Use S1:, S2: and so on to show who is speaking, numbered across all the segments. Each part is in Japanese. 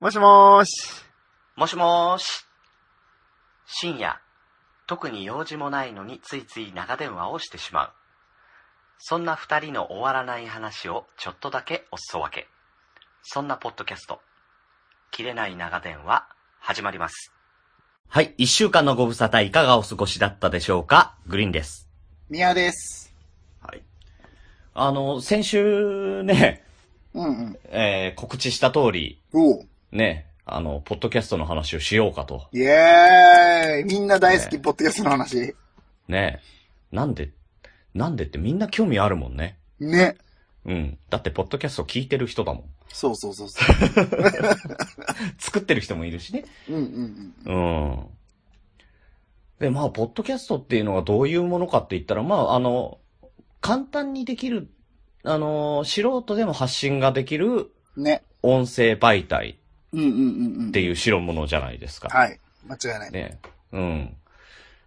S1: もしもーし。
S2: もしもーし。深夜、特に用事もないのについつい長電話をしてしまう。そんな二人の終わらない話をちょっとだけおすそ分け。そんなポッドキャスト、切れない長電話、始まります。はい、一週間のご無沙汰いかがお過ごしだったでしょうかグリーンです。
S3: 宮です。
S2: はい。あの、先週ね、
S3: うんうん。
S2: えー告知した通り、
S3: おう。
S2: ね、あの、ポッドキャストの話をしようかと。
S3: イェーイみんな大好き、
S2: ね
S3: ポッドキャストの話。
S2: ね。なんで、なんでってみんな興味あるもんね。
S3: ね。
S2: うん。だって、ポッドキャスト聞いてる人だもん。
S3: そうそうそうそ
S2: 作ってる人もいるしね。
S3: う。うんうんう
S2: う
S3: ん。
S2: ん。で、まあ、ポッドキャストっていうのはどういうものかって言ったら、まあ、あの、簡単にできる、あの、素人でも発信ができる
S3: ね。
S2: 音声媒体
S3: うんうんうんうん。
S2: っていう代物じゃないですか。
S3: はい。間違いない。
S2: ね。うん。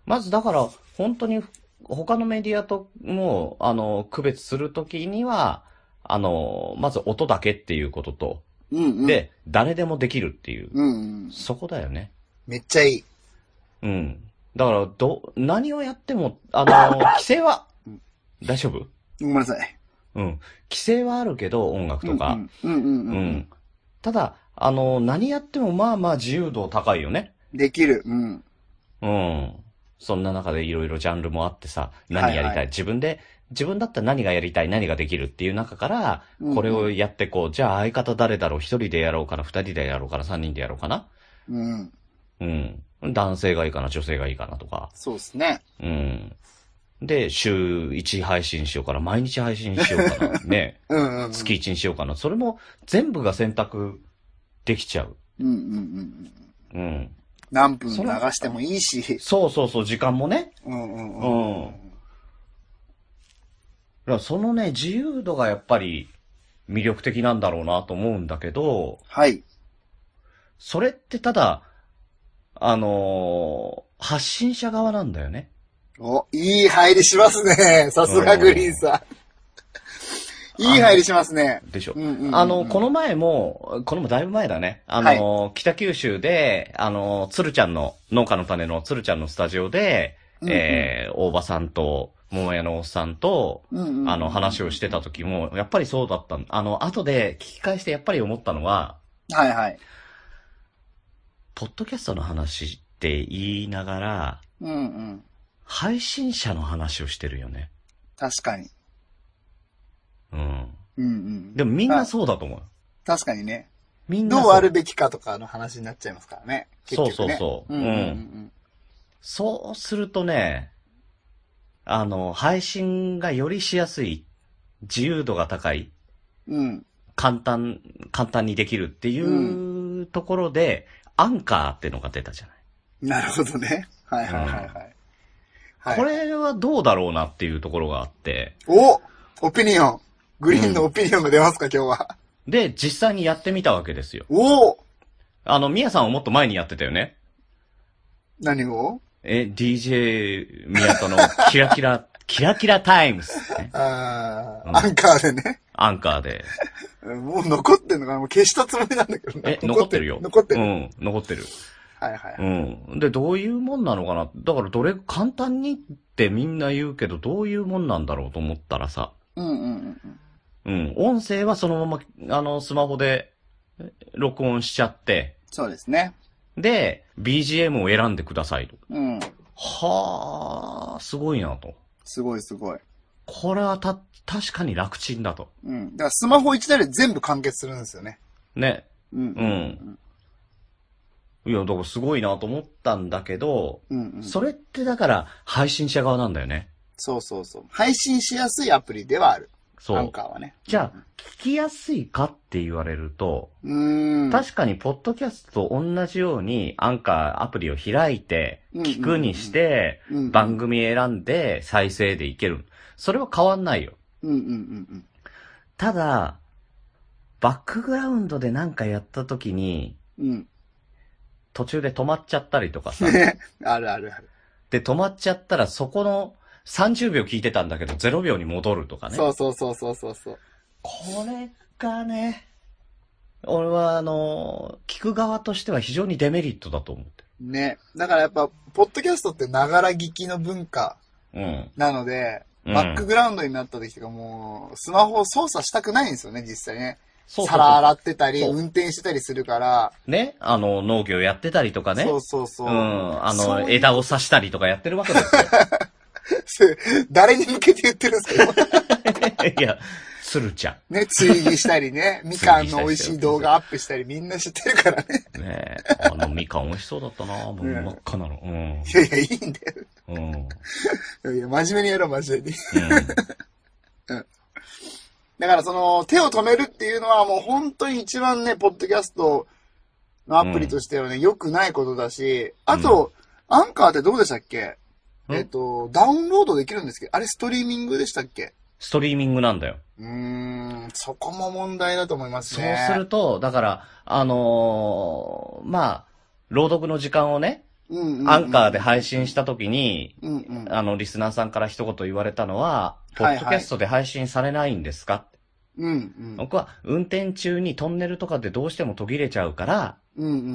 S2: まず、だから、本当に、他のメディアとも、あの、区別するときには、あの、まず音だけっていうことと、
S3: うんうん。、
S2: で、誰でもできるっていう。
S3: うんうん。
S2: そこだよね。
S3: めっちゃいい。
S2: うん。だから、ど、何をやっても、あの、規制は、大丈夫
S3: ごめんなさい。
S2: うん。規制はあるけど、音楽とか。
S3: うんうん。うん
S2: う、
S3: うんんうん。
S2: ただ、あの、何やっても、まあまあ自由度高いよね。
S3: できる。うん。
S2: うん。そんな中でいろいろジャンルもあってさ、何やりたい、
S3: はいはい
S2: 自分で、自分だったら何がやりたい、何ができるっていう中から、
S3: うんうん
S2: これをやってこう、じゃあ相方誰だろう一人でやろうかな二人でやろうかな三人でやろうかな
S3: うん。
S2: うん。男性がいいかな女性がいいかなとか。
S3: そうっすね。
S2: うん。で、週1配信しようかな、毎日配信しようかな、ね、
S3: うんうん。
S2: 月。1にしようかな、それも全部が選択できちゃう。
S3: うんうんうんうん。
S2: うん。
S3: 何分流してもいいし。
S2: そうそうそう、時間もね。
S3: うんうん
S2: う
S3: うん。
S2: ん。だからそのね、自由度がやっぱり魅力的なんだろうなと思うんだけど、
S3: はい。
S2: それってただ、あのー発信者側なんだよね。
S3: お、いい入りしま すね。さすがグリーンさん。いい入りしますね。
S2: でしょ
S3: うんうんうんうん
S2: あの、この前も、これもだいぶ前だね。あの、北九州で、あの、鶴ちゃんの、農家の種の鶴ちゃんのスタジオで、
S3: うんうん
S2: えー、大場さんと、桃屋のおっさんと、
S3: うんうん
S2: あの、話をしてた時も、やっぱりそうだったんあの、後で聞き返してやっぱり思ったのは、
S3: はいはい。
S2: ポッドキャストの話って言いながら、
S3: うんうん。
S2: 配信者の話をしてるよね。
S3: 確かに。
S2: うん。
S3: うんうん。
S2: でもみんなそうだと思う。
S3: 確かにね。
S2: みんな
S3: ど
S2: そう
S3: うあるべきかとかの話になっちゃいますからね。結局ね。
S2: そうそうそう
S3: うんうん
S2: うそうするとね、あの、配信がよりしやすい、自由度が高い、
S3: うん。うん。
S2: 簡単、簡単にできるっていうところで、アンカーってのが出たじゃない。
S3: なるほどね。はいはいはいはい。はい、
S2: これはどうだろうなっていうところがあって、
S3: おオピニオングリーンのオピニオンが出ますか、今日は。
S2: で、実際にやってみたわけですよ。
S3: おお
S2: あの、ミヤさんはもっと前にやってたよね。
S3: 何を
S2: え、DJ ミヤとのキラキラ、 キラキラタイムスね、
S3: あー、
S2: うん
S3: アンカーでね。
S2: アンカーで。
S3: もう残ってんのかなもう消したつもりなんだけど
S2: え
S3: ね、。
S2: 残ってるよ。
S3: 残ってる。
S2: うん、残ってる。
S3: はいはい。
S2: うん。で、どういうもんなのかなだからどれ、簡単にってみんな言うけど、どういうもんなんだろうと思ったらさ、
S3: うんうんうんうん。
S2: うん。音声はそのまま、あの、スマホでえ録音しちゃって、
S3: そうですね。
S2: で、BGM を選んでくださいと。
S3: うん。
S2: はあ、すごいなと。
S3: すごいすごい。
S2: これはた、確かに楽ちんだと。
S3: うん。だからスマホ一台で全部完結するんですよね。
S2: ね。
S3: うん
S2: う。ん。いや、だからすごいなと思ったんだけど、
S3: うんうん。
S2: それってだから配信者側なんだよね。
S3: そうそうそう。配信しやすいアプリではある。
S2: そう。
S3: アンカーはね。
S2: じゃあ、聞きやすいかって言われると、
S3: うーん。
S2: 確かに、ポッドキャストと同じように、アンカーアプリを開いて、
S3: うん
S2: 聞くにして、
S3: うんうん
S2: 番組選んで、再生でいける。それは変わんないよ。
S3: うんうんうん
S2: ただ、バックグラウンドでなんかやった時に、
S3: うん。うん。
S2: 途中で止まっちゃったりとか さ。
S3: あるあるある。
S2: で、止まっちゃったら、そこの30秒聞いてたんだけど、0秒に戻るとかね。
S3: そうそうそうそうそうそう。
S2: これがね、俺は、あの、聞く側としては非常にデメリットだと思って
S3: ね。だからやっぱ、ポッドキャストってながら聞きの文化
S2: る。うん。
S3: なので、
S2: うん
S3: バックグラウンドになった時とかもう、スマホを操作したくないんですよね、実際ね。
S2: そうそう
S3: 皿
S2: そ
S3: 洗ってたり、
S2: そう
S3: 運転してたりするから、
S2: う。ね。あの、農業やってたりとかね。
S3: そうそうそう。
S2: うん。あ
S3: そういう
S2: の、枝を刺したりとかやってるわけですよ。
S3: 誰に向けて言ってるんですけど、
S2: いや、鶴ちゃ
S3: ね、追疑したり ね、みかんの美味しい動画アップしたり、みんな知ってるからね。
S2: ん。ねえあの、みかん美味しそうだったなもう
S3: ねえ
S2: 真っ赤なの。うん。
S3: いやいや、いいんだよ。
S2: うん。うん。
S3: いやいや、真面目にやろう、マジで。だからその、手を止めるっていうのはもう本当に一番ね、ポッドキャストのアプリとしてはね、良、くないことだし、あと、アンカーってどうでしたっけ、
S2: うん
S3: えっと、ダウンロードできるんですけど、あれストリーミングでしたっけ
S2: ストリーミングなんだよ。
S3: うーん、そこも問題だと思います
S2: そう
S3: ね。
S2: すると、だから、あのーまあ、朗読の時間をね、
S3: うんうんうん
S2: アンカーで。配信した時に、
S3: うんうん。
S2: あの、リスナーさんから一言言われたのは、
S3: い
S2: ポ
S3: はい
S2: ッドキャストで配信されないんですか、
S3: うんうん。
S2: 僕は運転中にトンネルとかでどうしても途切れちゃうから、
S3: うんうんうんうんう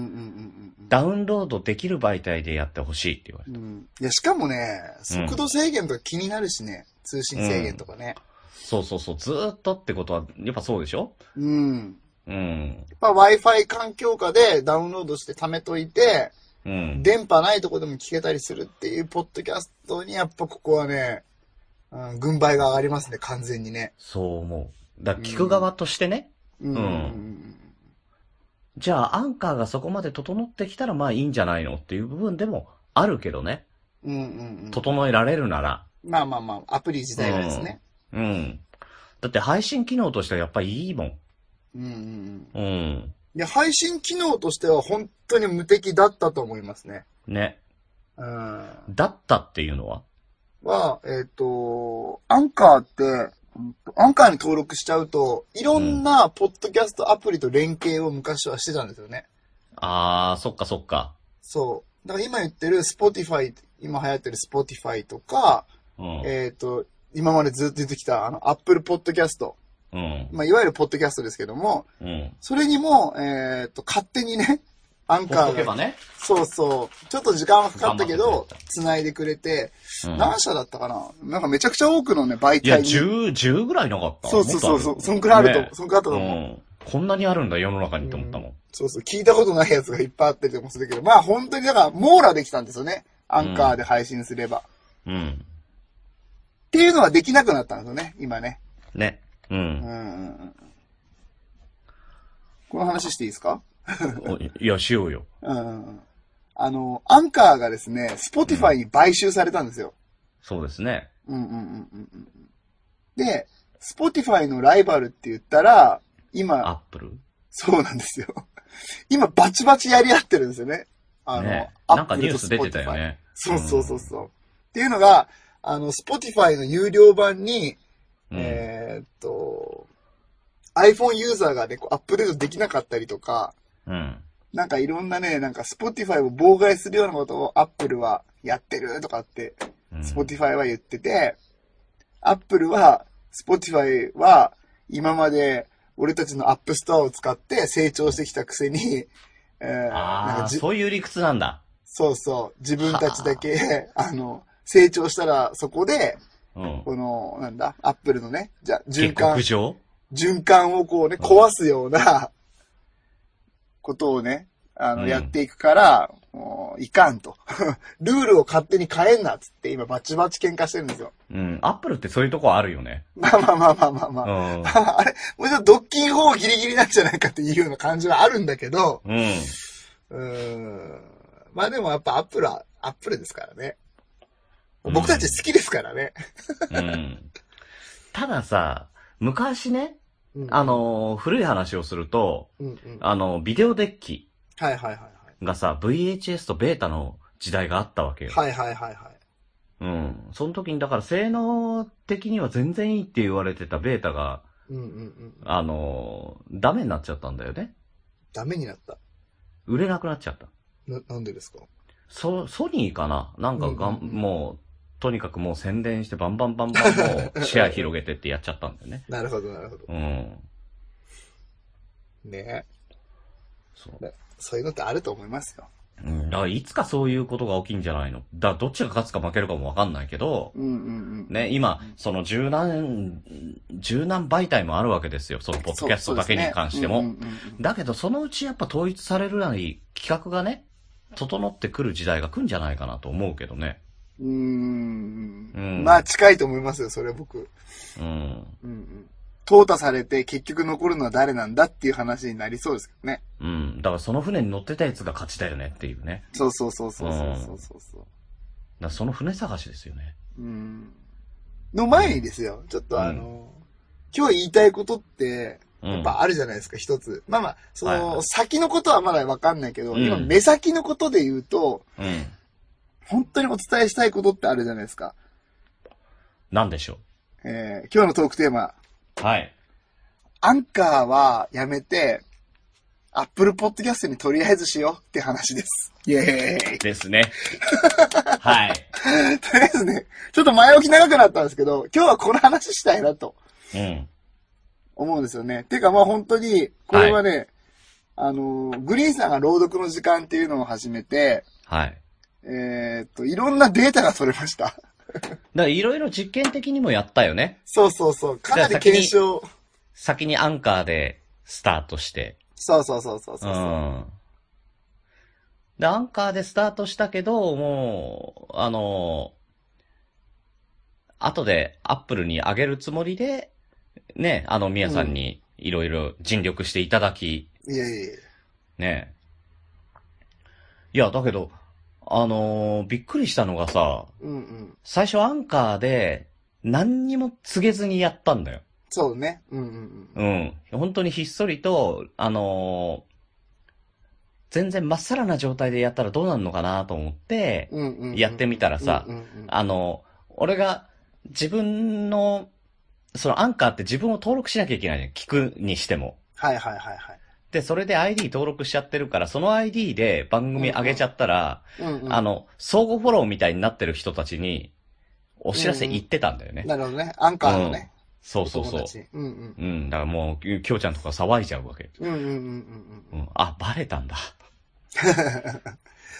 S3: ん。
S2: ダウンロードできる媒体でやってほしいって言われ
S3: う
S2: た。
S3: ん。いや、しかもね、速度制限とか気になるしね、通信制限とかね。
S2: そうそうそう、ずーっとってことは、やっぱそうでしょ
S3: うん。
S2: うん。
S3: まあ、Wi-Fi 環境下でダウンロードして貯めといて、
S2: うん。
S3: 電波ないとこでも聞けたりするっていう、ポッドキャストにやっぱここはね、うん、軍配が上がりますね、完全にね。
S2: そう思う。だから聞く側としてね、
S3: うん。
S2: うんじゃあアンカーがそこまで整ってきたらまあいいんじゃないのっていう部分でもあるけどね。
S3: うんうんうん。
S2: 整えられるなら。
S3: まあまあまあ、アプリ自体がですね。
S2: うん。だって配信機能としてはやっぱりいいもん。
S3: うんうんう
S2: う
S3: ん。
S2: ん。
S3: いや、配信機能としては本当に無敵だったと思いますね。
S2: ね。
S3: うん。
S2: だったっていうのは
S3: は、えっ、と、アンカーって、アンカーに登録しちゃうと、いろんなポッドキャストアプリと連携を昔はしてたんですよね。
S2: あー、そっかそっか。
S3: そう。だから今言ってる Spotify、今流行ってる Spotify とか、
S2: うん。
S3: えっ、と、今までずっと出てきたあの Apple Podcast、
S2: うん。
S3: まあ、いわゆるポッドキャストですけども、
S2: うん。
S3: それにも、えっ、と、勝手に ね、アン
S2: ほっ
S3: カ
S2: とけ
S3: ー
S2: ば
S3: が、
S2: ね。
S3: そうそう、ちょっと時間はかかったけ
S2: 頑張っ
S3: ど
S2: てくれ、
S3: 繋いでくれて、
S2: うん
S3: 何社だったかななんかめちゃくちゃ多くのね、媒
S2: いや、
S3: 体
S2: 10、
S3: に。
S2: 10ぐらいなかった。
S3: そうそうそう、そ
S2: も
S3: う
S2: っ
S3: そんくらいあると、
S2: ね
S3: そんくらいあった
S2: う
S3: と思う。
S2: ん。こんなにあるんだ、世の中にと思ったもん。
S3: そうそう、聞いたことないやつがいっぱいあったりとかもするけど、まあ本当にだから網羅できたんですよね。アンカーで配信すれば。
S2: うん。
S3: っていうのはできなくなったんですよね、今ね。
S2: ね。う
S3: うん
S2: ん。
S3: うんうん。この話していいですか
S2: おいや、しようよ。
S3: うんうんうん。あの、アンカーがですね、スポティファイに買収されたんですよ。
S2: そうですね。
S3: うんうんうんうんうん。で、スポティファイのライバルって言ったら、
S2: ア
S3: 今、
S2: ップル
S3: そうなんですよ。今、バチバチやり合ってるんですよね。あの、
S2: ね。
S3: ア
S2: なん
S3: ッ
S2: か
S3: プ
S2: ニュ
S3: ル
S2: ー
S3: と
S2: ス
S3: ス
S2: 出
S3: ポ
S2: てた
S3: ティフ
S2: よ
S3: ァイ。
S2: ね。
S3: そうそうそうそう。っていうのが、あの、スポティファイの有料版に、
S2: うん。うん
S3: えーっと、iPhone ユーザーがね、こうアップデートできなかったりとか、
S2: うん。
S3: なんかいろんなね、なんか Spotify を妨害するようなことを Apple はやってるとかって、
S2: うん。
S3: Spotify は言ってて、Apple は、Spotify は今まで俺たちの App Store を使って成長してきたくせに、えーな
S2: あ
S3: んか
S2: あ、
S3: じ
S2: そういう理屈なんだ。
S3: そうそう、自分たちだけ、あの、成長したらそこで、
S2: うん。
S3: この、なんだ、Apple のね、じゃあ循
S2: 下
S3: 環
S2: 克、上
S3: 循環をこうね、
S2: うん
S3: 壊すような ことをね、あ
S2: う
S3: の、
S2: ん
S3: やっていくから、もういかんと。 ルールを勝手に変えんなっつって、今バチバチ喧嘩してるんですよ。
S2: うん。アップルってそういうとこあるよね。
S3: まあまあまあまあまあま
S2: う
S3: あ。
S2: ん。
S3: あれ、もうちょっとドッキン法ギリギリなんじゃないかっていうような感じはあるんだけど、
S2: うん。
S3: うーん。まあでもやっぱアップルは、アップルですからね。
S2: うん
S3: 僕たち好きですからね。
S2: うん。たださ、昔ね、
S3: うん
S2: あ、のー古い話をすると、
S3: うんうん。はい
S2: あのービデオデッキ
S3: はいはいはい。
S2: がさ、VHS とベータの時代があったわけよ。
S3: はいはいはいはい。
S2: うん。その時に、だから性能的には全然いいって言われてたベータが、
S3: うんうんうん。
S2: あのーダメになっちゃったんだよね。
S3: ダメになった。
S2: 売れなくなっちゃった。
S3: な、なんでですか
S2: ソ、ソニーかななんかがん、
S3: うんうんうん
S2: もう、とにかくもう宣伝してバンバンバンバンも うシェア広げてってやっちゃったんだよね。
S3: なるほどなるほど。
S2: うん。
S3: ね
S2: そう。
S3: そういうのってあると思いますよ。
S2: うん、だからいつかそういうことが起きんじゃないの。だからどっちが勝つか負けるかもわかんないけど、
S3: うんうんうん。
S2: ね、今、その柔軟、柔軟媒体もあるわけですよ。そのポッドキャストだけに関して
S3: そう
S2: も
S3: で。すねうんうんうん
S2: だけど、そのうちやっぱ統一されるなり、企画がね、整ってくる時代が来るんじゃないかなと思うけどね。
S3: うーん
S2: うん
S3: まあ近いと思いますよ、それは僕。
S2: うん。
S3: うんうん。淘汰されて結局残るのは誰なんだっていう話になりそうですけどね。
S2: うん。だからその船に乗ってたやつが勝ちだよねっていうね。
S3: そうそうそうそうそうそうそう
S2: だ
S3: そう。
S2: からその船探しですよね。
S3: うん。の前にですよ、ちょっとあの、今日言いたいことって、
S2: うん。
S3: やっぱあるじゃないですか、一つ。まあまあ、その、
S2: はいはい
S3: 先のことはまだわかんないけど、
S2: うん
S3: 今目先のことで言うと、
S2: うん。
S3: 本当にお伝えしたいことってあるじゃないですか。
S2: なんでしょ
S3: えー今日のトークテーマ、
S2: う。はい。
S3: アンカーはやめて、アップルポッドキャストにとりあえずしようって話です。イエーイ。
S2: です ね。はい。
S3: とりあえずね、ちょっと前置き長くなったんですけど、今日はこの話したいなと
S2: うん。
S3: 思うんですよね。ていうかまあ本当に、これはね、あのー、グリーンさんが朗読の時間っていうのを始めて、
S2: はい。
S3: えーっと、いろんなデータが取れました。
S2: だからいろいろ実験的にもやったよね。
S3: そうそうそう、かな
S2: じゃ
S3: り
S2: あ先に
S3: 検証。
S2: 先にアンカーでスタートして。
S3: そうそうそうそう
S2: う
S3: そう。
S2: ん。で、アンカーでスタートしたけど、もう、あの、後でアップルにあげるつもりで、ね、あの、みやさんにいろいろ尽力していただき、
S3: いやいやいや
S2: ね。いや、だけど、あのびっくりしたのがさ、
S3: うんうん。
S2: 最初アンカーで何にも告げずにやったんだよ。
S3: そうね。うんうん
S2: うん。本当にひっそりと、あのー全然まっさらな状態でやったらどうなるのかなと思って、
S3: うん。うんうんうん
S2: やってみたらさ
S3: うんうんうん
S2: あの俺が自分の、そのアンカーって自分を登録しなきゃいけないね。聞くにしても。
S3: はいはいはいはい。
S2: で、それで ID 登録しちゃってるから、その ID で番組上げちゃったら、
S3: うんうん、
S2: あの、相互フォローみたいになってる人たちに、お知らせ言ってたんだよね。
S3: なるほどね。アンカーのね。
S2: そうそうそう
S3: お友。達うんうん。
S2: うん、だからもう、きょうちゃんとか騒いじゃうわけ。
S3: うんうんうんうん
S2: う
S3: うん。
S2: ん、あ、バレたんだ。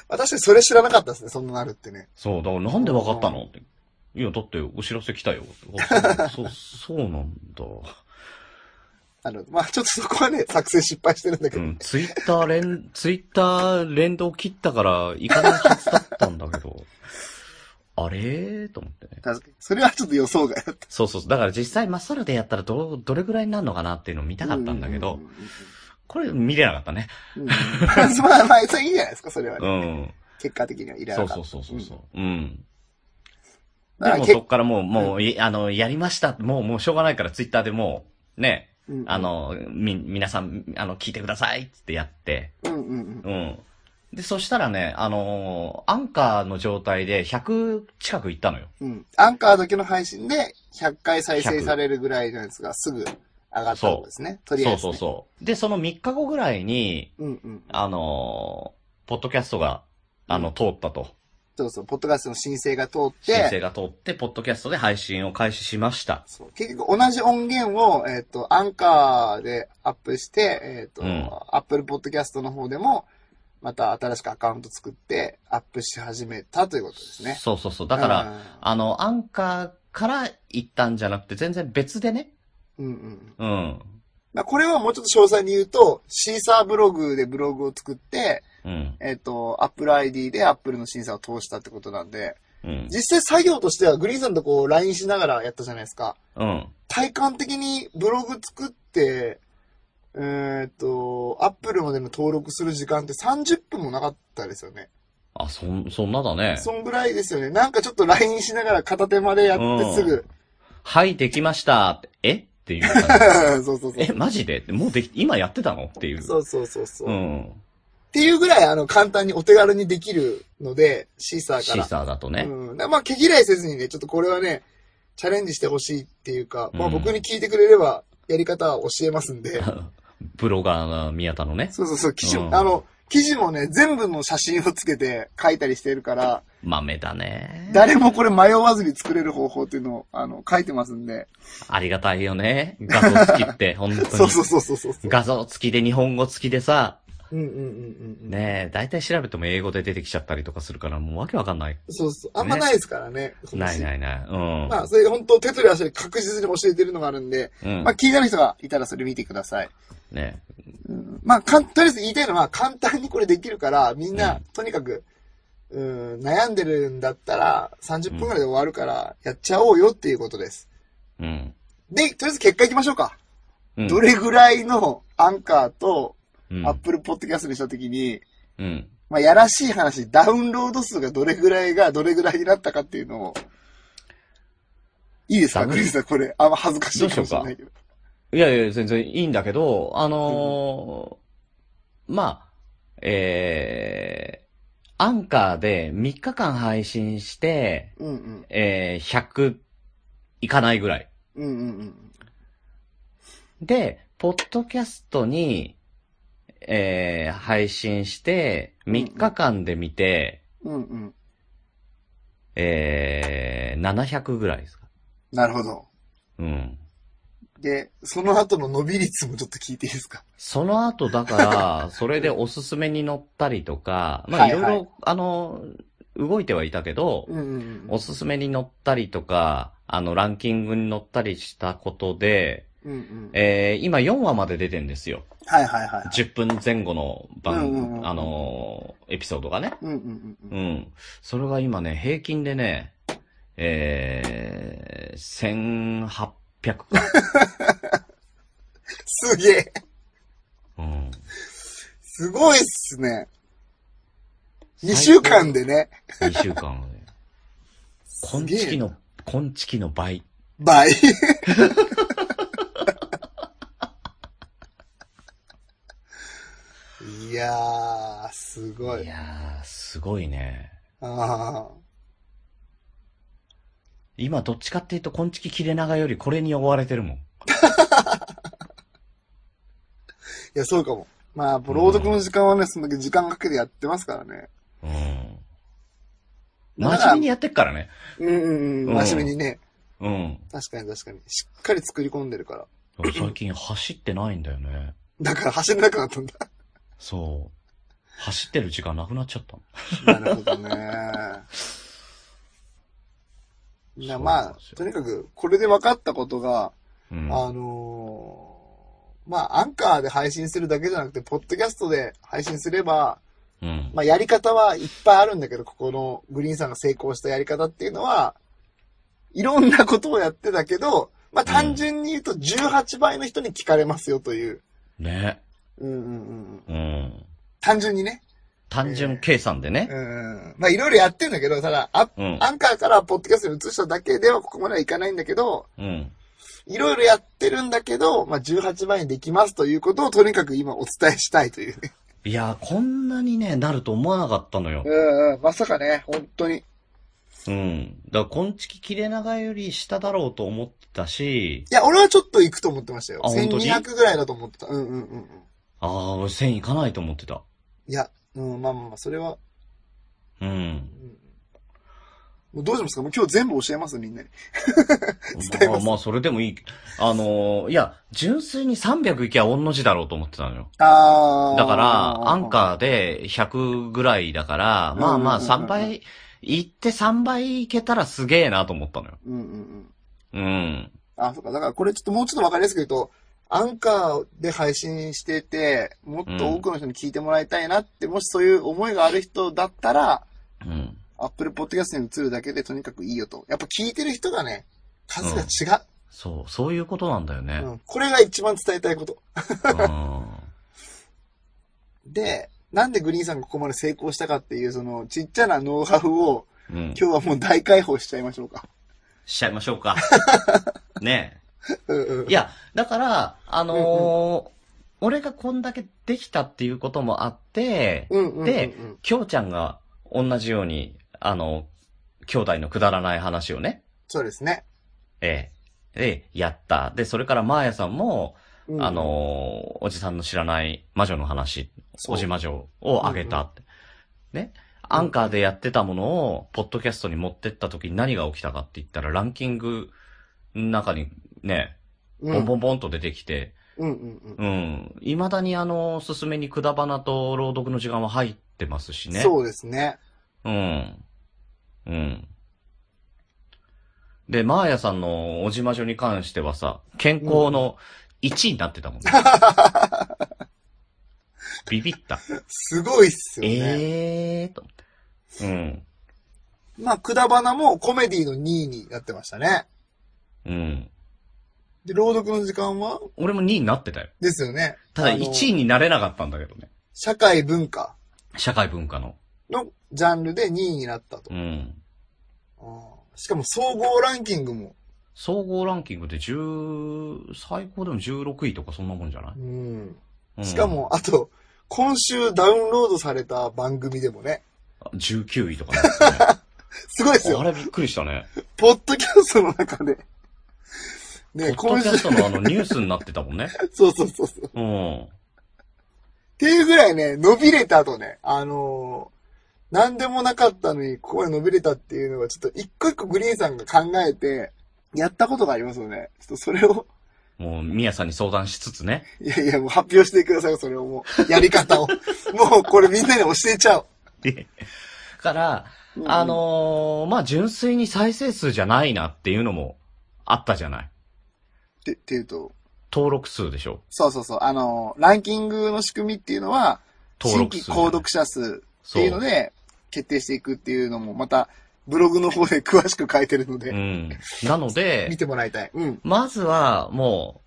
S3: 私それ知らなかったですね、そんななるってね。
S2: そう、だからなんでわかったのって。いや、だってお知らせ来たよ。あそう、 そうそうなんだ。
S3: あの、まあちょっとそこはね、作成失敗してるんだけ
S2: う
S3: ど。
S2: ん、ツイッター連、ツイッター連動切ったから行かないはずだったんだけど。 あれーと思ってね。
S3: 確かに。それはちょっと予想外だっ
S2: そうそうそう。だから実際まっさらでやったらど、どれぐらいになるのかなっていうのを見
S3: た。
S2: たかったんだけ
S3: う
S2: ど
S3: ん、
S2: これ見れなかったね。
S3: うんうん。 うんうんまあまあ、それいいじゃないですか、それは
S2: う
S3: ね。
S2: ん。
S3: 結果的にはいら
S2: そ
S3: な
S2: う
S3: かった。
S2: そうそうそうそう。うん。で
S3: だから
S2: も
S3: け
S2: そっからもう、もう、いあの、やりました。もう、もうしょうがないからツイッターでもう、ね、
S3: うんうん
S2: あ、の、み、皆さん、あの、聞いてくださいっつってやって。
S3: うんうんうん。
S2: うん。で、そしたらね、あのーアンカーの状態で100近く行ったのよ。
S3: うん。アンカーだけの配信で100回再生されるぐらいのやつがすぐ上がったんですね。とりあ
S2: そ
S3: え
S2: う
S3: ず、
S2: そ
S3: ね。
S2: うそう。で、その3日後ぐらいに、
S3: う。うんうん。
S2: あのーポッドキャストが、あの、通ったと。
S3: そうそう。ポッドキャストの申請が通って、
S2: 申請が通って、ポッドキャストで配信を開始しました。
S3: そう結局同じ音源を、えっ、と、アンカーでアップして、えっ、と、
S2: うん
S3: アップルポッドキャストの方でも、また新しくアカウント作って、アップし始めたということですね。
S2: そうそうそう。だから、
S3: あ
S2: あの、アンカーから行ったんじゃなくて、全然別でね。
S3: ー、うんうん。
S2: うん。
S3: まあ、これはもうちょっと詳細に言うと、シーサーブログでブログを作って、
S2: うん。
S3: えっ、と、アップル ID でアップルの審査を通したってことなんで、
S2: うん。
S3: 実際作業としてはグリーンさんとこう LINE しながらやったじゃないですか。
S2: うん。
S3: 体感的にブログ作って、えーっと、アップルまでの登録する時間って30分もなかったですよね。
S2: あ、そん、そんなだね。
S3: そんぐらいですよね。なんかちょっと LINE しながら片手までやってすぐ。
S2: はい、できましたって。えっていう感
S3: そうそう
S2: じ。え、 マジでってもうでき、今やってたのっていう。
S3: そう。そうそうそうそう、
S2: う
S3: っ
S2: ん。
S3: ていうぐらい、あの、簡単にお手軽にできるので、シーサー
S2: シ
S3: から。
S2: ーサーだとね。
S3: うん。だまあ、毛嫌いせずにね、ちょっとこれはね、チャレンジしてほしいっていうか、まあ
S2: うん
S3: 僕に聞いてくれれば、やり方は教えます んで。
S2: ブロガーが宮田のね。
S3: そうそうそう、記事も、
S2: うん
S3: あの、記事もね、全部の写真をつけて書いたりしてるから、
S2: 豆だね。
S3: 誰もこれ迷わずに作れる方法っていうのを、あの、書いてますんで。
S2: ありがた いよね。画像付きって、本当に。
S3: そうそうそうそうそう。
S2: 画像付きで日本語付きでさ、
S3: うんうんうんうんうん。
S2: ねえ、大体調べても英語で出てきちゃったりとかするから、もうわけわかんない。
S3: そうそう。あんまないですからね。
S2: ないないない。うん。
S3: まあ、それ本当手取り足で確実に教えてるのがあるんで、
S2: うん
S3: まあ、気になる人がいたらそれ見てください。
S2: ねえ
S3: うんまあ、かん、とりあえず言いたいのは簡単にこれできるから、みんな、
S2: うん
S3: とにかく、うん、悩んでるんだったら、30分くらいで終わるから、やっちゃおうよっていうことです。
S2: うん。
S3: で、とりあえず結果いきましょうか。
S2: うん。
S3: どれぐらいのアンカーと、
S2: うん
S3: アップルポッドキャストにしたときに、
S2: うん。
S3: まあ、やらしい話、ダウンロード数がどれぐらいが、どれぐらいになったかっていうのを、いいですか
S2: ダメ
S3: グリーンさん、これ。あんま恥ずかしいかもしれないけど。
S2: いやいや、全然いいんだけど、あのーまあ、えー、アンカーで3日間配信して、
S3: うんうん。
S2: えー、100いかないぐらい。
S3: うんうん
S2: で、ポッドキャストに、えー、配信して、3日間で見て、
S3: うん。うんうん。
S2: えー、700ぐらいですか。
S3: なるほど。
S2: うん。
S3: で、その後の伸び率もちょっと聞いていいですか
S2: その後、だ から、それでおすすめに載ったりとか、まあ、
S3: はい
S2: い
S3: は
S2: ろ
S3: い
S2: いろ、あの、動いてはいたけど、
S3: うんうん
S2: おすすめに載ったりとか、あの、ランキングに載ったりしたことで、
S3: うん。うんうん。
S2: えー今4話まで出てんですよ。
S3: はいはいはいはい。
S2: 10分前後の
S3: うんうんうん
S2: 番、あのーエピソードがね。
S3: うんうんうん
S2: う
S3: うん。
S2: ん。それが今ね、平均でね、えー、1800か。
S3: すげえ。
S2: うん。
S3: すごいっすね。2週間でね。
S2: 2週間で。
S3: す
S2: 今
S3: げえ
S2: 月の、今月の倍。
S3: 倍。いやー、すご
S2: い
S3: い。
S2: やー、すごいね。
S3: あ
S2: 今どっちかっていうと、今月切れ長よりこれに追われてるもん。
S3: ーいや、そうかも。まあ、朗読の時間はね、そんだけ時間かけてやってますからね。
S2: うん。
S3: だから
S2: 真面目にやってっからね。
S3: うんうんうん。真面目にね。
S2: うん。
S3: 確かに確かに。しっかり作り込んでるから。
S2: 最近走ってないんだよね。
S3: だから走れなくなったんだ。
S2: そう。走ってる時間なくなっちゃったの。
S3: なるほどね。
S2: そうな
S3: なま
S2: ん
S3: あ
S2: です、よ
S3: とにかく、これで分かったことが、
S2: うん。
S3: あのーまあ、アンカーで配信するだけじゃなくて、ポッドキャストで配信すれば、
S2: うん。
S3: まあ、やり方はいっぱいあるんだけど、ここのグリーンさんが成功したやり方っていうのは、いろんなことをやってたけど、まあ、単純に言うと18倍の人に聞かれますよという。
S2: ね。
S3: うんうんうんうん。
S2: うん。
S3: 単純にね。
S2: 単純計算でね。
S3: うんうん。まあ、いろいろやってんだけど、ただ、アップ
S2: うん。
S3: アンカーからポッドキャストに移しただけではここまではいかないんだけど、
S2: うん。
S3: いろいろやってるんだけど、まあ、18倍にできますということをとにかく今お伝えしたいというね。
S2: いやー、こんなにね、なると思わなかったのよ。
S3: うんうん、まさかね、本当に。
S2: うん。だから、今月切れ長より下だろうと思ってたし、
S3: いや、俺はちょっと行くと思ってましたよ。
S2: あ本当に
S3: 1200ぐらいだと思ってた。うんうんうんうん。
S2: ああ、俺1000いかないと思ってた。
S3: いや、うん、まあまあまあ、それは、
S2: うん
S3: う。んもうどうしますかもう今日全部教えますみんなに。伝え
S2: ま
S3: ま
S2: あ
S3: す
S2: まあ、それでもいい。あのーいや、純粋に300いきゃ御の字だろうと思ってたのよ。
S3: あー
S2: だから、アンカーで100ぐらいだから、まあまあ
S3: うんうんうんうん
S2: 3倍、行って3倍いけたらすげえなと思ったのよ。
S3: うんうんう
S2: う
S3: ん。
S2: ん。
S3: あ、そうか。だからこれちょっともうちょっとわかりやすく言うと、アンカーで配信してて、もっと多くの人に聞いてもらいたいなって、もしそういう思いがある人だったら、
S2: うん。
S3: Apple Podcast に移るだけでとにかくいいよと。やっぱ聞いてる人がね、数が違う。
S2: そう、そういうことなんだよね
S3: うん。これが一番伝えたいこと。
S2: うん。
S3: で、なんでグリーンさんがここまで成功したかっていう、そのちっちゃなノウハウを、
S2: うん。
S3: 今日はもう大解放しちゃいましょうか。
S2: しちゃいましょう か。ね
S3: うんうん
S2: え。 いや、だから、あのー俺がこんだけできたっていうこともあって、
S3: うんうんうんうん。
S2: できょうちゃんが同じように、あの、兄弟のくだらない話をね、
S3: そうですね。
S2: ええ、ええ、やった。で、それから、まーやさんも、
S3: うん
S2: あ、のーおじさんの知らない魔女の話、
S3: そう
S2: おじ魔女をあげたって。ね。アンカーでやってたものを、ポッドキャストに持ってった時に何が起きたかって言ったら、ランキングの中にね、
S3: う
S2: ボン
S3: ん
S2: ボンボンと出てきて、
S3: うんうん
S2: うん。いまだにあの、おすすめにくだばなと朗読の時間は入ってますし
S3: うん。
S2: ね。
S3: そうですね。
S2: うん。うん。で、マーヤさんのおじまじょに関してはさ、健康の1位になってたもん ね。ビビった。
S3: すごいっすよね。
S2: ええーと。うん。
S3: まあ、くだばなもコメディの2位になってましたね。
S2: うん。
S3: で、朗読の時間は
S2: 俺も2位になってたよ。
S3: ですよね。
S2: ただ
S3: あの
S2: 1位になれなかったんだけどね。
S3: 社会文化
S2: 社会文化の。
S3: のジャンルで2位になったと
S2: う。ん。
S3: あーしかも総合ランキングも。
S2: 総合ランキングで10、最高でも16位とかそんなもんじゃない、
S3: うん。
S2: うん
S3: しか。も、あと、今週ダウンロードされた番組でもね。
S2: 19位とかなって たね
S3: すごいです
S2: あ
S3: よ。
S2: れびっくりしたね。
S3: ポッドキャストの中で。ね、
S2: ポッドキ
S3: 今週
S2: ャ、ストのあのニュースになってたもんね。
S3: そうそうそうそう。っ
S2: うん。
S3: ていうぐらいね、伸びれたとね、あのー、なんでもなかったのに、ここまで伸びれたっていうのは、ちょっと一個一個グリーンさんが考えて、やったことがありますよね。ちょっとそれを、
S2: もう、みやさんに相談しつつね。
S3: いやいや、もう発表してくださいよ、それをもう。やり方を。 もうこれみんなに教えちゃお
S2: から、
S3: う。
S2: あ、のーまあ、純粋に再生数じゃないなっていうのもあったじゃない。
S3: って、っていうと、
S2: 登録数でしょ。
S3: そうそうそう、あの、ランキングの仕組みっていうのは、
S2: 登
S3: 新
S2: 録
S3: 規
S2: 数。
S3: 購読者数っ
S2: そ
S3: ていうので、決定していくっていうのも、また、ブログの方で詳しく書いてるの
S2: う
S3: で、
S2: ん。なの
S3: 見
S2: で、
S3: てもらいたい。うん。
S2: まずは、も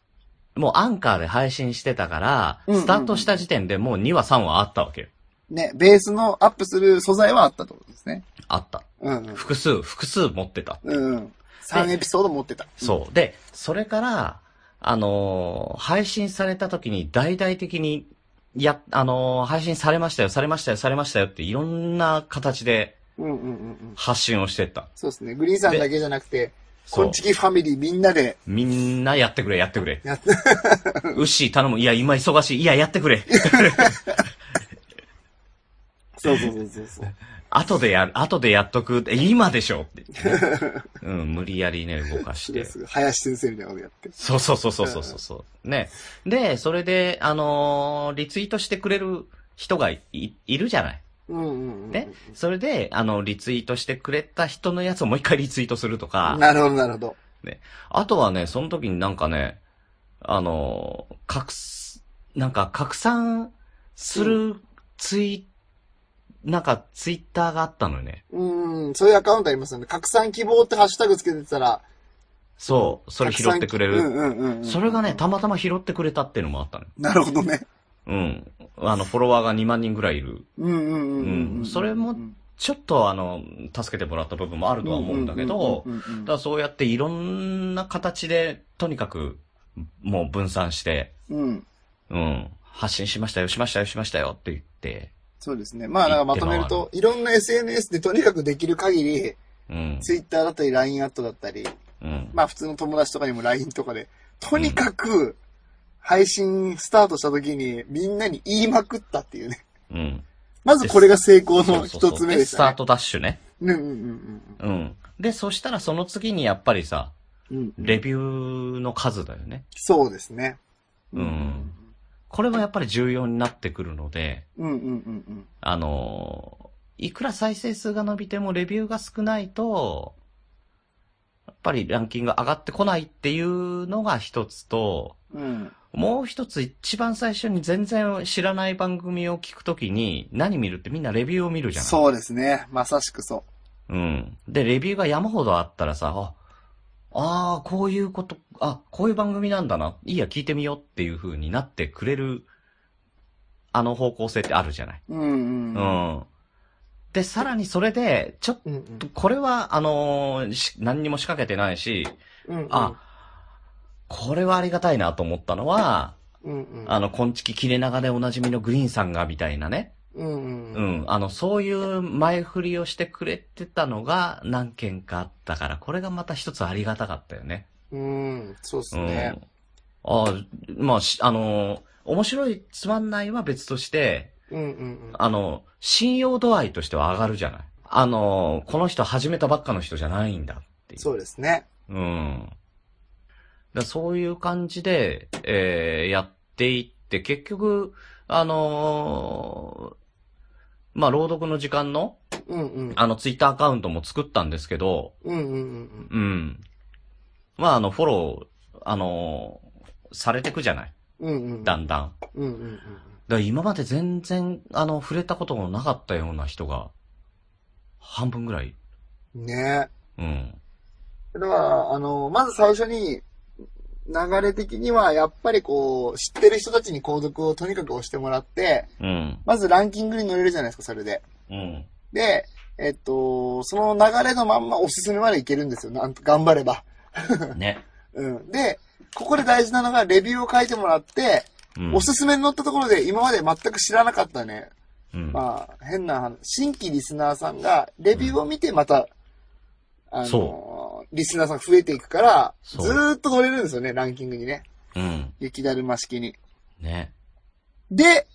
S2: う、もうアンカーで配信してたから、
S3: うんうんうん
S2: スタートした時点でもう2話3話あったわけよ。
S3: ね、ベースのアップする素材はあったってことですね。
S2: あった。
S3: うんうん。
S2: 複数、複数持ってた。
S3: うんうん。3エピソード持ってた。
S2: そう。で、それから、あのー配信された時に大々的に、や、あのー配信されましたよ、されましたよ、されましたよっていろんな形で
S3: うん。うんうんうんうん。
S2: 発信をしてった。
S3: そうですね。グリーンさんだけじゃなくて、
S2: そ
S3: こ
S2: うん
S3: ち。きファミリーみんなで、
S2: みんなやってくれ、やってく れ。
S3: やっ
S2: うっしー頼む。いや、今忙しい。いや、やってく れ。
S3: そうそうそうそうそう。
S2: 後でやる、後でやっとく。え今でし ょって、うん、無理やりね、動かし
S3: で
S2: て。
S3: す。林先生みたいなことやって。
S2: そうそうそうそうそうそうそう。ね。で、それで、あのーリツイートしてくれる人がいいるじゃない。
S3: うんうんうん。
S2: ね。それで、あの、リツイートしてくれた人のやつをもう一回リツイートするとか、
S3: なるほど、なるほど。
S2: あとはね、その時になんかね、あの、拡す、なんか拡散するツイ、なんかツイッターがあったのよね。
S3: うん、そういうアカウントありますよね。拡散希望ってハッシュタグつけてたら、
S2: そう、それ拾ってくれ
S3: うん
S2: る。
S3: うんうんうん。
S2: それがね、、たまたま拾ってくれたっていうのもあったのよ。
S3: なるほどね。
S2: うん。あの、フォロワーが2万人ぐらいいる。
S3: うんうんうんうん。う、
S2: うんんそれもちょっとあの、助けてもらった部分もあるとは思うんだけど、
S3: うんうんうんうん
S2: ただそうやっていろんな形で、とにかく、もう分散して、
S3: うん。
S2: うん、発信しましたよ、しましたよ、しましたよって言って、
S3: そうですね。まあ、なんかまとめると、いろんな SNS でとにかくできる限り、
S2: うん、
S3: Twitter だったり、LINE アットだったり、
S2: うん、
S3: まあ普通の友達とかにも LINE とかで、とにかく、配信スタートした時に、みんなに言いまくったっていうね。
S2: うん。
S3: まずこれが成功
S2: そ
S3: の
S2: うそうそう
S3: 一つ目でし
S2: スタ
S3: た
S2: ー
S3: ね。
S2: トダッシュね。
S3: うんうんうん
S2: うん。で、そしたらその次にやっぱりさ、
S3: うんうん。
S2: レビューの数だよね。
S3: そうですね。
S2: うんこれもやっぱり重要になってくるので、
S3: うんうんうんうん。
S2: あのーいくら再生数が伸びてもレビューが少ないと、やっぱりランキング上がってこないっていうのが一つと、
S3: うん。
S2: もう一つ一番最初に全然知らない番組を聞くときに何見るってみんなレビューを見るじゃない
S3: そうですね。まさしくそ
S2: うん。で、レビューが山ほどあったらさ、あ、あーこういうこと、あ、こういう番組なんだな。いいや、聞いてみようっていう風になってくれる、あの方向性ってあるじゃない。
S3: う。うん
S2: う
S3: うん。
S2: ん。で、さらにそれで、ちょっ
S3: うんうん
S2: と、これは、あのーし何にも仕掛けてないし、
S3: うん
S2: あ、これはありがたいなと思ったのは、
S3: うんうん。
S2: あの、こんちき切れ長でおなじみのグリーンさんが、みたいなね。
S3: うんう。
S2: うんん。あの、そういう前振りをしてくれてたのが何件かあったから、これがまた一つありがたかったよね。
S3: うん。そうです
S2: うん。
S3: ね。
S2: ああ、まあ、しあのー、面白いつまんないは別として、
S3: うんうん
S2: あの、信用度合いとしては上がるじゃない。あのー、この人始めたばっかの人じゃないんだって
S3: う
S2: い
S3: ん。
S2: う。
S3: そうですね。
S2: うん。だからそういう感じで、えーやっていって、結局、あのーまあ、朗読の時間の、
S3: うんうん。
S2: あの、ツイッターアカウントも作ったんですけど、
S3: うんうんうん
S2: うん。まあ、あの、フォロー、あのーされてくじゃない
S3: うん。うんうん。
S2: だんだん。だか
S3: うんうんうん。
S2: ら今まで全然、あの、触れたことのなかったような人が、半分ぐらい。
S3: うん。ね
S2: うん。
S3: だから、あの、まず最初に、流れ的には、やっぱりこう、知ってる人たちに購読をとにかく押してもらって、
S2: うん。
S3: まずランキングに乗れるじゃないですか、それで。
S2: うん。
S3: で、えっと、その流れのまんまおすすめまでいけるんですよ。なんと、頑張れば。
S2: ね。
S3: うん。で、ここで大事なのが、レビューを書いてもらって、
S2: うん。
S3: おすすめに載ったところで、今まで全く知らなかったね、
S2: うん。
S3: まあ、変な話、新規リスナーさんが、レビューを見てまた、あの
S2: そ、
S3: リスナーさんが増えていくから、ず
S2: そう
S3: ーっと乗れるんですよね、ランキングにね。
S2: うん。
S3: 雪だるま式に。
S2: ね。
S3: で、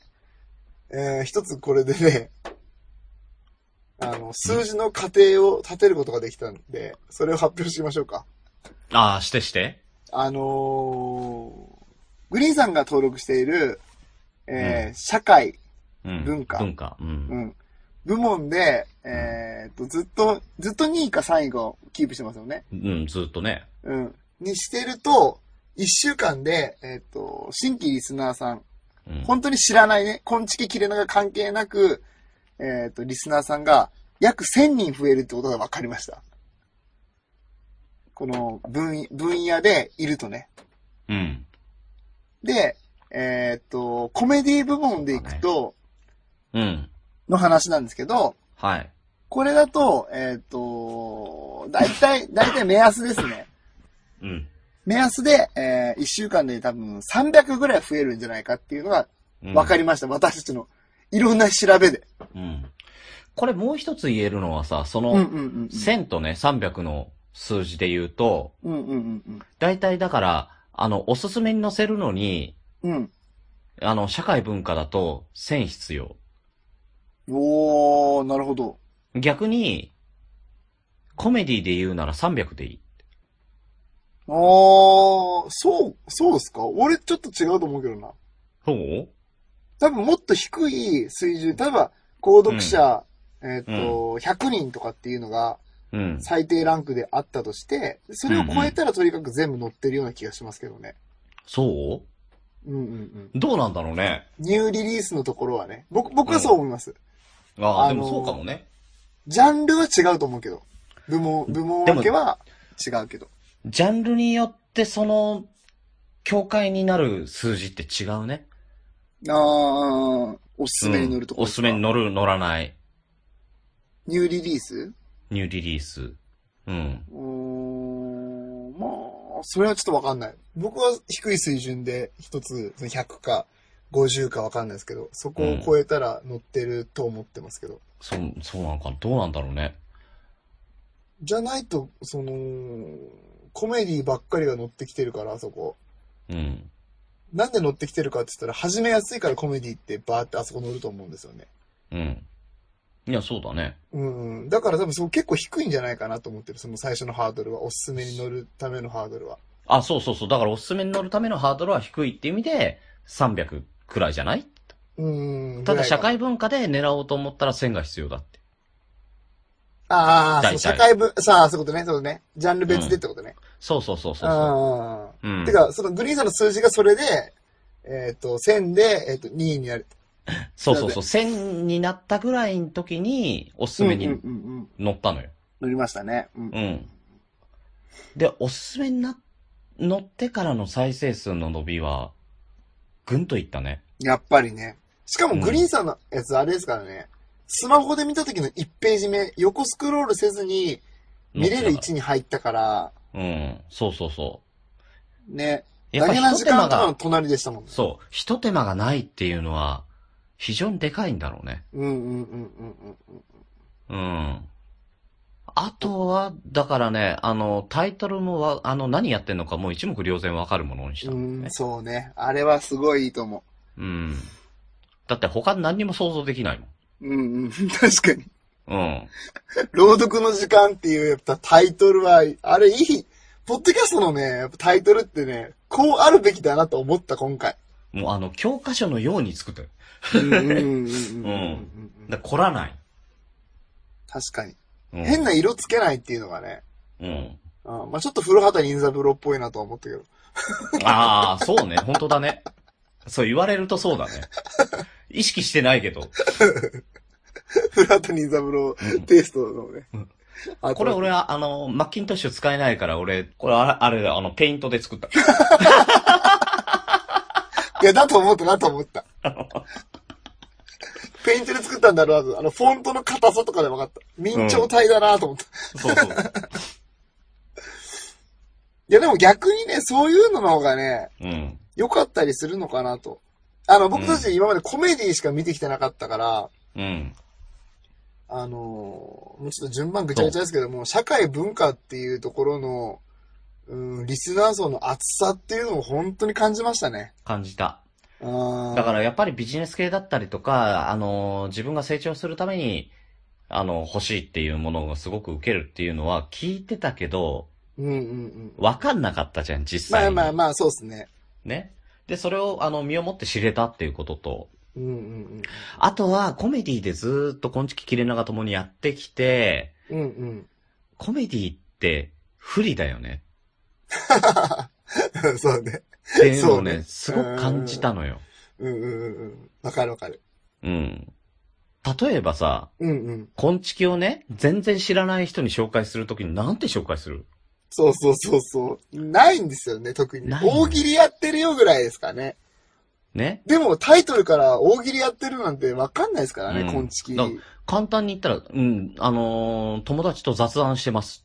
S3: えー一つこれでね、あの、数字の過程を立てることができたんで、それを発表しましょうか。
S2: ああ、してして。
S3: あのーグリーンさんが登録している、えー
S2: う
S3: 社会、
S2: うん。
S3: 文化
S2: 文化。う。
S3: うんん。部門で、えーっと、ずっと、ずっと2位か3位をキープしてますよね。
S2: うん、ずっとね。
S3: うん。にしてると、1週間で、えーっと、新規リスナーさん、
S2: うん。
S3: 本当に知らないね、こんちき切れ長関係なく、えーっと、リスナーさんが約1000人増えるってことが分かりました。この分、分野でいるとね。
S2: うん。
S3: で、えーっと、コメディ部門でいくと、
S2: うん。
S3: の話なんですけど、
S2: はい。
S3: これだと、えっ、と、大体、大体目安ですね。
S2: うん。
S3: 目安で、え1週間で多分300ぐらい増えるんじゃないかっていうのが分か
S2: り。
S3: りました。私たちのいろんな調べで。
S2: うん。これもう一つ言えるのはさ、そ
S3: うんう
S2: の、
S3: んうん。
S2: 1000とね、300の数字で言うと、
S3: うんうんうん
S2: 大体だから、あの、おすすめに載せるのに、
S3: うん。うん。
S2: あの、社会文化だと1000必要。
S3: おー、なるほど。
S2: 逆に、コメディで言うなら300でいい。
S3: あー、そう、そうですか俺ちょっと違うと思うけどな。
S2: そう
S3: 多分もっと低い水準、例えば、購読者、えっ、と、100人とかっていうのが、
S2: うん。
S3: 最低ランクであったとして、それを超えたらとにかく全部乗ってるような気がしますけどね。
S2: そ
S3: うんうんうん。
S2: うどうなんだろうね。
S3: ニューリリースのところはね、僕、僕はそう思います。
S2: ああ、
S3: あ
S2: で
S3: のー
S2: もそうかもね。
S3: ジャンルは違うと思うけど。部門、部門分けは違うけど。
S2: ジャンルによってその、境界になる数字って違うね。
S3: ああ、おすすめに乗るとこ
S2: うん
S3: ろ、
S2: おすすめに乗る、乗らない。
S3: ニューリリース
S2: ニューリリース。うん。
S3: うーん、まあ、それはちょっとわかんない。僕は低い水準で一つ、その100か50かわかんないですけど、そこを超えたら乗ってると思ってますけど。
S2: そ、そうなのかなどうなんだろうね。
S3: じゃないと、その、コメディばっかりが乗ってきてるから、あそこ。
S2: うん。
S3: なんで乗ってきてるかって言ったら、始めやすいからコメディってバーってあそこ乗ると思うんですよね。
S2: うん。いや、そうだね。
S3: うんうん。だから多分そこ結構低いんじゃないかなと思ってる、その最初のハードルは。おすすめに乗るためのハードルは。
S2: あ、そうそうそう。だからおすすめに乗るためのハードルは低いって意味で、300くらいじゃない
S3: うん。
S2: た
S3: ぐ
S2: だ
S3: らいか
S2: 社会文化で狙おうと思ったら1000が必要だって。
S3: ああ、そ
S2: 大
S3: う
S2: 体
S3: 社会分、さあ、そういうことね、そういうことね。ジャンル別でってことね。
S2: そうそうそう
S3: う
S2: そうそ
S3: ん。うん
S2: う。うん。
S3: てか、そのグリーンさんの数字がそれで、えっ、と、1000で、えっ、と、2位になる。
S2: そうそうそう。1000になったぐらいの時に、おすすめ
S3: うん
S2: に
S3: うんうんうん。
S2: 乗ったのよ。
S3: 乗りましたね。うん
S2: うん。で、おすすめにな、乗ってからの再生数の伸びは、ぐんといったね。
S3: やっぱりね。しかもグリーンさんのやつあれですからね、スマホで見た時の1ページ目、横スクロールせずに見れる位置に入ったから、
S2: うん。そうそうそう。
S3: ね、
S2: やっぱ
S3: 何
S2: り
S3: 気ない
S2: 一
S3: 時
S2: 手
S3: 間
S2: 間
S3: とかの
S2: が、
S3: 隣でしたもんね。
S2: そう、一手間がないっていうのは、非常にでかいんだろうね。
S3: うんうんうんうんう
S2: う
S3: ん。
S2: ん。あとは、だからね、あの、タイトルもわ、あの、何やってんのかもう一目瞭然わかるものにした、
S3: うん、
S2: ね。
S3: そうね。あれはすごいいいと思
S2: うん。だって他何にも想像できないもん。
S3: う。うん うん。確かに。
S2: うん。
S3: 朗読の時間っていうやっぱタイトルは、あれいい。ポッドキャストのね、やっぱタイトルってね、こうあるべきだなと思った、今回。
S2: もうあの、教科書のように作ったよ。
S3: うんうんうん
S2: うんだから凝らない。
S3: 確かに。
S2: うん、
S3: 変な色つけないっていうのがね。
S2: うん。
S3: あまあちょっと古畑任三郎っぽいなとは思ったけど。
S2: ああ、そうね。本当だね。そう言われるとそうだね。意識してないけど。
S3: 古畑任三郎テイストのね
S2: うん。
S3: あ
S2: これ、俺は、あの、マッキントッシュ使えないから、俺、これあれ、あれだ、あの、ペイントで作った。
S3: いや、だと思った、だと思 った。ペイントで作ったんだろうなと。あの、フォントの硬さとかで分かった。明朝体だなと思った。
S2: そうそう。
S3: いや、でも逆にね、そういうのの方がね、
S2: うん。
S3: 良かったりするのかなと。あの、僕たち今までコメディしか見てきてなかったから、
S2: うん。
S3: あのーもうちょっと順番ぐちゃぐちゃですけども、社会文化っていうところの、うん、リスナー層の厚さっていうのを本当に感じましたね。
S2: 感じた。
S3: あ
S2: だからやっぱりビジネス系だったりとか、あの、自分が成長するために、あの、欲しいっていうものがすごく受けるっていうのは聞いてたけど、
S3: うんうんうん。
S2: わかんなかったじゃん、実
S3: ま
S2: 際
S3: あ
S2: に。
S3: まあまあ、そうですね。
S2: ね。で、それを、あの、身をもって知れたっていうことと、
S3: うんうん
S2: あとは、コメディでずーっと今月切れ長ともにやってきて、
S3: うん。うんうん。
S2: コメディって不利だよね。
S3: そうね。
S2: っていうのをね、
S3: そうね
S2: すごく感じたのよ。
S3: うんうんうんうん。わかるわかる。
S2: うん。例えばさ、
S3: うんうん。
S2: 今月をね、全然知らない人に紹介するときになんて紹介する
S3: そうそうそうそう。ないんですよね、特に。
S2: ない
S3: 大喜利やってるよぐらいですかね。
S2: ね
S3: でもタイトルから大喜利やってるなんてわかんないですからね、
S2: うん
S3: こんちき。
S2: だ簡単に言ったら、うん、あのー友達と雑談してます。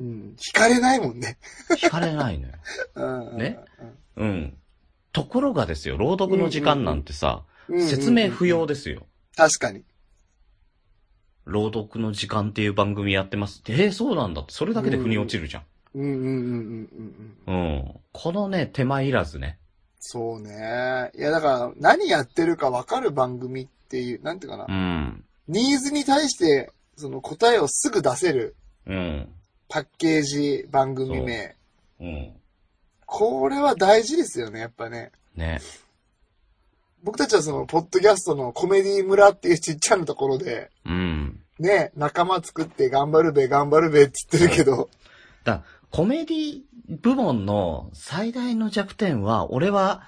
S3: うん。惹かれないもんね。
S2: 惹かれないの よ。
S3: うん
S2: ね。うん。ところがですよ、朗読の時間なんてさ、
S3: うんうんうん
S2: 説明不要。ですよ。
S3: 確かに。
S2: 朗読の時間っていう番組やってますって、えー、そうなんだって、それだけで腑に落ちるじゃん。
S3: うんうんうんうんうんうん。
S2: うん。このね、手間いらずね。
S3: そうね。いや、だから、何やってるかわかる番組っていう、なんていうかな
S2: う。ん。
S3: ニーズに対して、その答えをすぐ出せる
S2: うん。
S3: パッケージ、番組名。
S2: うん。
S3: これは大事ですよね、やっぱね。
S2: ね。
S3: 僕たちはその、ポッドキャストのコメディ村っていうちっちゃなところで、
S2: うん。
S3: ね、仲間作って頑張るべ、頑張るべって言ってるけど、
S2: だコメディ部門の最大の弱点は、俺は、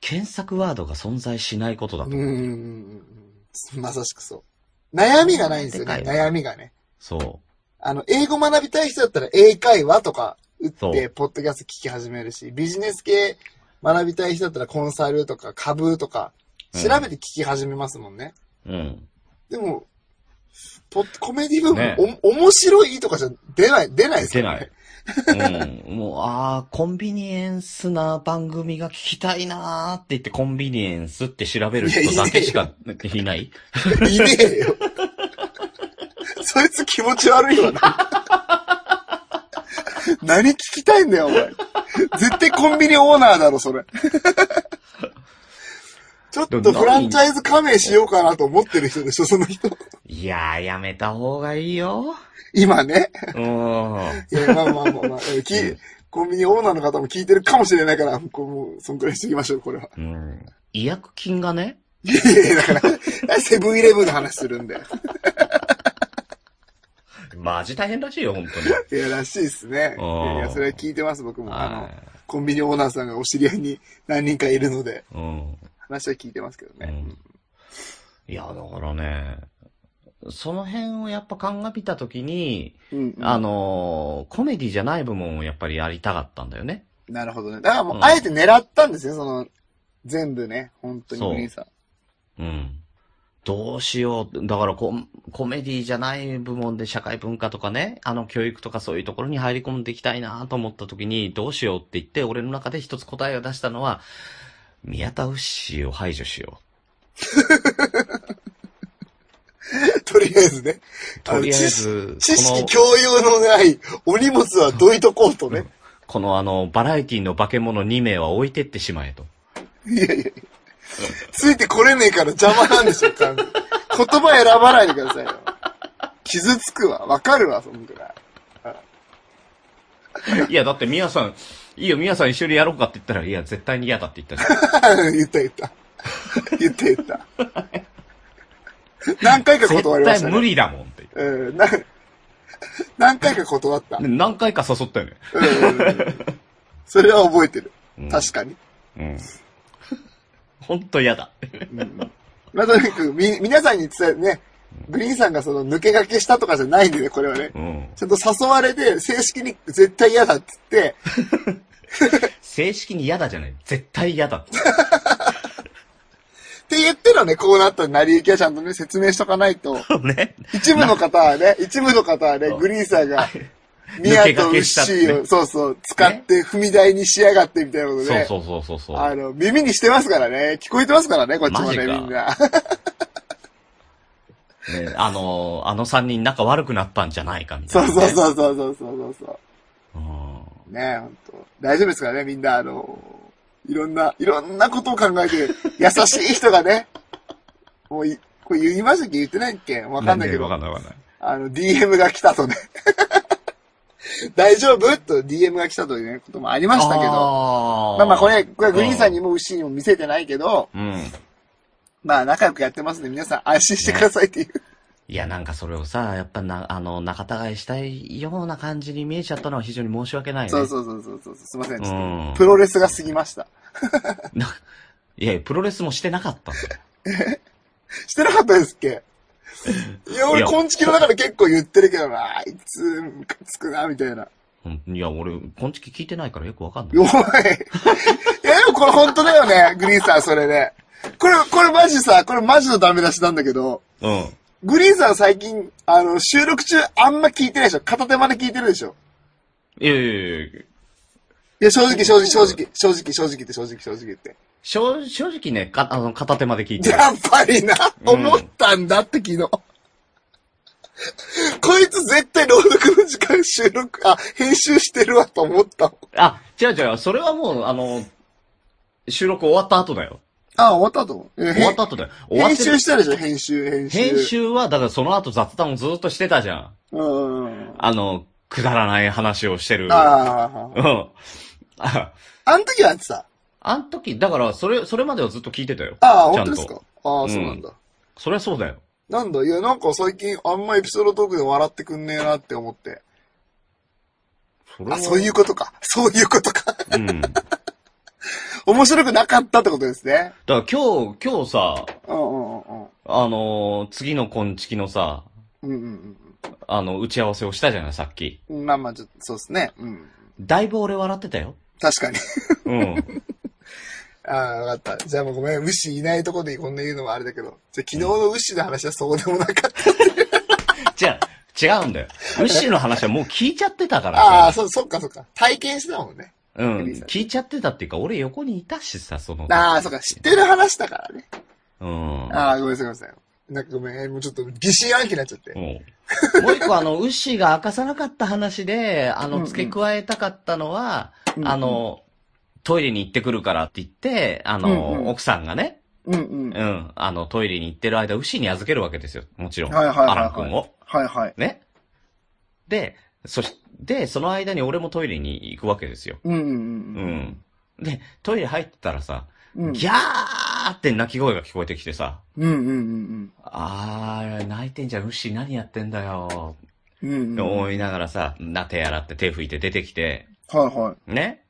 S2: 検索ワードが存在しないことだ
S3: う
S2: と
S3: んうん
S2: 思う。
S3: うんうん。まさしくそう。悩みがないんですよね、
S2: でかい
S3: 悩みがね。
S2: そ
S3: あの、英語学びたい人だったら英会話とか打っ
S2: そう
S3: て、ポッドキャスト聞き始めるし、ビジネス系学びたい人だったらコンサルとか株とか、
S2: うん
S3: 調べて聞き始めますもんね。
S2: う。うん。
S3: でも、ポッコメディ部分、
S2: ね
S3: お、面白いとかじゃ出ない、出ないです
S2: 出
S3: よね。
S2: ない。うん。もう、ああ、コンビニエンスな番組が聞きたいなーって言って、コンビニエンスって調べる人だけしかいない。
S3: いねえよ。 そいつ気持ち悪いわな。 何聞きたいんだよ、お前。絶対コンビニオーナーだろ、それ。 ちょっとフランチャイズ加盟しようかなと思ってる人でしょ、その人。
S2: いやー、やめた方がいいよ。
S3: 今ね。
S2: うん。
S3: いや、まあまあまあまあ、えきコンビニオーナーの方も聞いてるかもしれないから、こうもう、そんくらいにしときましょう、これは。
S2: うん。違約金がね、
S3: いやいや、だから、セブンイレブンの話するんで。
S2: マジ大変らしいよ、本当に。
S3: いや、らしいですね。い
S2: うん
S3: やいや、それは聞いてます、僕も。あの
S2: は、
S3: コンビニオーナーさんがお知り合いに何人かいるので、
S2: い。うん。
S3: 話は聞いてますけど
S2: う
S3: ね。
S2: ん。いや、だからね、その辺をやっぱ鑑みたときに、
S3: うん、うん
S2: あのーコメディじゃない部門をやっぱりやりたかったんだよね。
S3: なるほどね。だからもう
S2: う、ん
S3: あえて狙ったんですよ、その、全部ね、本当に
S2: そう
S3: グリーンさん。
S2: うん。どうしよう。だからコ、コメディじゃない部門で社会文化とかね、あの教育とかそういうところに入り込んでいきたいなと思った時に、どうしようって言って、俺の中で一つ答えを出したのは、宮田氏を排除しよ
S3: とりあえずね。
S2: う。とりあえず、
S3: 知識
S2: この、
S3: 共有のない、お荷物はどいとこうとね。
S2: このあの、バラエティの化け物2名は置いてってしまえと。
S3: いやいやいや。ついてこれねえから邪魔なんでしょ、完全に言葉選ばないでくださいよ。傷つくわ。わかるわ、そんぐらい。
S2: いや、だってミヤさん、いいよ、ミヤさん一緒にやろうかって言ったら、いや、絶対に嫌だって言ったじゃん。
S3: 言った言った。言った言った。何回か断りまし
S2: 絶対
S3: たね
S2: 無。理だもんって。
S3: うん、な何回か断った。うん、
S2: 何回か誘ったよね。
S3: それは覚えてる。
S2: うん
S3: 確かに。
S2: うん。ほんと嫌だ。
S3: うん、まあ、とにかくみ、皆さんに伝えるね、グリーンさんがその抜け駆けしたとかじゃないんでね、これはね。
S2: うん。
S3: ちゃんと誘われて、正式に絶対嫌だっつって、
S2: 正式に嫌だじゃない。絶対嫌だって。
S3: って言ってのね、こうなった成り行きはちゃんとね、説明しとかないと。
S2: ね。
S3: 一部の方はね、一部の方はね
S2: そう、
S3: グリーンさんが、ミ
S2: 抜
S3: ヤ
S2: け
S3: と
S2: 駆
S3: ウッ
S2: けしたって
S3: シ
S2: ね
S3: ーを、そうそう、使って踏み台にしやがってみたいなことで、
S2: そうそうそうそうそう。
S3: あの、耳にしてますからね、聞こえてますからね、こっちも
S2: マジ
S3: ね、
S2: か
S3: みんな。
S2: ね、あの、あの三人仲悪くなったんじゃないかみたい
S3: そう
S2: な、
S3: そ
S2: う。
S3: うそうそうそうそうそう。
S2: うん。
S3: ね本当大丈夫ですからね、みんな、あの、いろんな、いろんなことを考えて、優しい人がね、もうい、これ言いましたっけ言ってないっけわかんないけど
S2: わ、かんないわかんない。
S3: あの、DM が来たとね、 大丈夫と DM が来たというねこともありましたけど、
S2: あー
S3: まあまあ、これ、これグリーンさんにもウッシーにも見せてないけど、
S2: うん。
S3: まあ、仲良くやってますんで、皆さん安心してくださいっていう。
S2: いや、なんかそれをさ、やっぱな、あの、仲違いしたいような感じに見えちゃったのは非常に申し訳ないね。
S3: そうそうそうそうそう。すいません。ちょっと
S2: うん
S3: プロレスが過ぎました。
S2: いやいや、プロレスもしてなかったんだよ。
S3: してなかったですっ けいや、
S2: い
S3: 俺、
S2: や
S3: 昆虫の中で結構言ってるけどな、あいつ、ムカつくな、みたいな。
S2: うんいや、俺、こんちき聞いてないからよくわかんない。
S3: おい。いや、でもこれ本当だよね、グリーンさん、それね。これ、これマジさ、これマジのダメ出しなんだけど、
S2: うん。
S3: グリーンさん最近、あの、収録中あんま聞いてないでしょ片手間で聞いてるでしょ
S2: いやいやいや
S3: いや、正直、正直、正直、正直、正直って、正直、正直って。
S2: 正正直ね、か、あの、片手まで聞いてる。
S3: やっぱりな、
S2: うん
S3: 思ったんだって昨日。こいつ絶対朗読の時間収録、あ、編集してるわと思ったもん。
S2: あ、違う違う、それはもう、あの、収録終わった後だよ。
S3: あ、終わったと思う。
S2: 終わった後だよ。終わ
S3: 編
S2: ってる
S3: 集したでしょ、編集、編集。
S2: 編集は、だからその後雑談をずっとしてたじゃん。
S3: うんうんうん。
S2: あの、くだらない話をしてる。
S3: あ
S2: う
S3: あ。
S2: ん。あ、
S3: あの時はやってた。
S2: あん時、だから、それ、それまではずっと聞いてたよ。
S3: ああ、
S2: ちゃん
S3: 本当
S2: と
S3: ですか。ああ、そうなんだ。
S2: そりゃそうだよ。
S3: なんだ、いや、なんか最近あんまエピソードトークで笑ってくんねえなって思って。
S2: それは
S3: あ、そういうことか。そういうことか。
S2: うん。だか
S3: 面白くなかったってことですね。
S2: ら今日、今日さ、
S3: うんうんうんうん。
S2: あのー次の今月のさ、
S3: うんうんうん
S2: あの、打ち合わせをしたじゃない、さっき。
S3: うん。まあまあ、ちょっと、そうですね。うん。
S2: だいぶ俺笑ってたよ。
S3: 確かに。
S2: うん。
S3: ああ、わかった。じゃあもうごめん、ウッシーいないとこでこんな言うのもあれだけど。じゃあ昨日のウッシーの話はそうでも なかった。
S2: じゃあ、違うんだよ。ウッシーの話はもう聞いちゃってたから
S3: ああ、
S2: さ。
S3: そう、そっかそっか。体験してたもんね。
S2: うん。
S3: リーさん
S2: 聞いちゃってたっていうか、俺横にいたしさ、その。
S3: ああ、そっか、知ってる話だからね。
S2: うん。
S3: ああ、ごめんなさい、ごめんなさい。なんかごめん、もうちょっと疑心暗鬼になっちゃって。
S2: うんもう一個、あの、ウッシーが明かさなかった話で、あ
S3: うんう
S2: の、
S3: ん
S2: 付け加えたかったのは、
S3: うんうん
S2: あの、トイレに行ってくるからって言って、あの、
S3: うんうん
S2: 奥さんがね、
S3: うんうん
S2: う。ん、あの、トイレに行ってる間、ウッシーに預けるわけですよ。もちろん。
S3: はいはいはいはい
S2: アラン君を。
S3: はいはい。
S2: ね。で、そし、で、その間に俺もトイレに行くわけですよ。
S3: うんう
S2: うんん。で、トイレ入ってたらさ、
S3: うん。
S2: ギャーって鳴き声が聞こえてきてさ、
S3: うんうんうん
S2: あー、泣いてんじゃん、ウッシー何やってんだよ、
S3: うん。うんうん。はい
S2: 思いながらさ、な、手洗って手拭いて出てきて、
S3: は
S2: ね。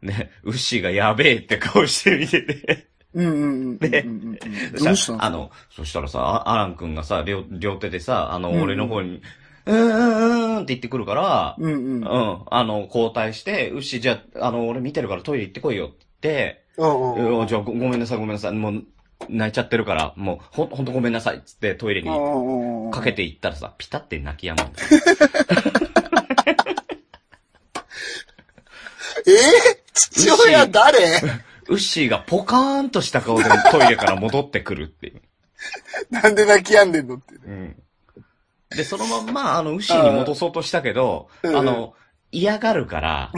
S2: ね、ウッシーがやべえって顔して見てて。
S3: い。うんうんうん。
S2: で
S3: うんうんうん
S2: そ
S3: どうし
S2: した
S3: た
S2: らあの、そしたらさ、あアラン君がさ、両両手でさ、あの、
S3: うんうん
S2: 俺の方に、うーん、うん、うんって言ってくるから、
S3: うんうん。
S2: う、
S3: うんん
S2: あの、交代して、ウッシーじゃあ、あの、俺見てるからトイレ行ってこいよって言って、
S3: うん。
S2: うんじゃあごごめんなさいごめんなさい、もう、泣いちゃってるから、もう、ほん、ほんとごめんなさいっつってトイレに
S3: うん
S2: かけて行ったらさ、ピタって泣き止むんだよ。
S3: えー父親誰
S2: ウッシーがポカーンとした顔でトイレから戻ってくるっていう。
S3: なんで泣き止んでんのって。
S2: うん。で、そのまんま、あの、ウッシーに戻そうとしたけど、
S3: うん
S2: あの、嫌がる から、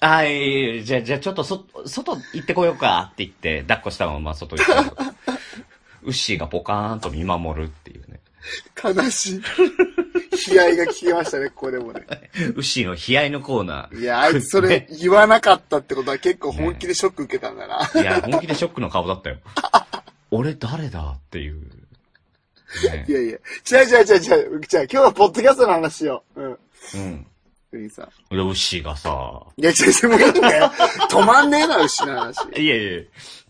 S2: あいいいいい、じゃあ、じゃあちょっとそ、外行ってこようかって言って、抱っこしたまま外行った。ウッシーがポカーンと見守るっていうね。
S3: 悲しい。気合が聞けましたね、ここでもね。
S2: ウッシーの悲哀のコーナ
S3: いや、あいつそれ言わなかったってことは結構本気でショック受けたんだな。
S2: ー。いや、本気でショックの顔だ ったよ。俺誰だっていう。ね
S3: いやいや、違う違う違う違う。じゃあ今日はポッドキャストの話しよう。うん。
S2: うん。
S3: グリーンさん。
S2: で、ウッシーがさ、
S3: いや、違う違う、もういいんだよ。止まんねえな、牛の話。
S2: いやいやいや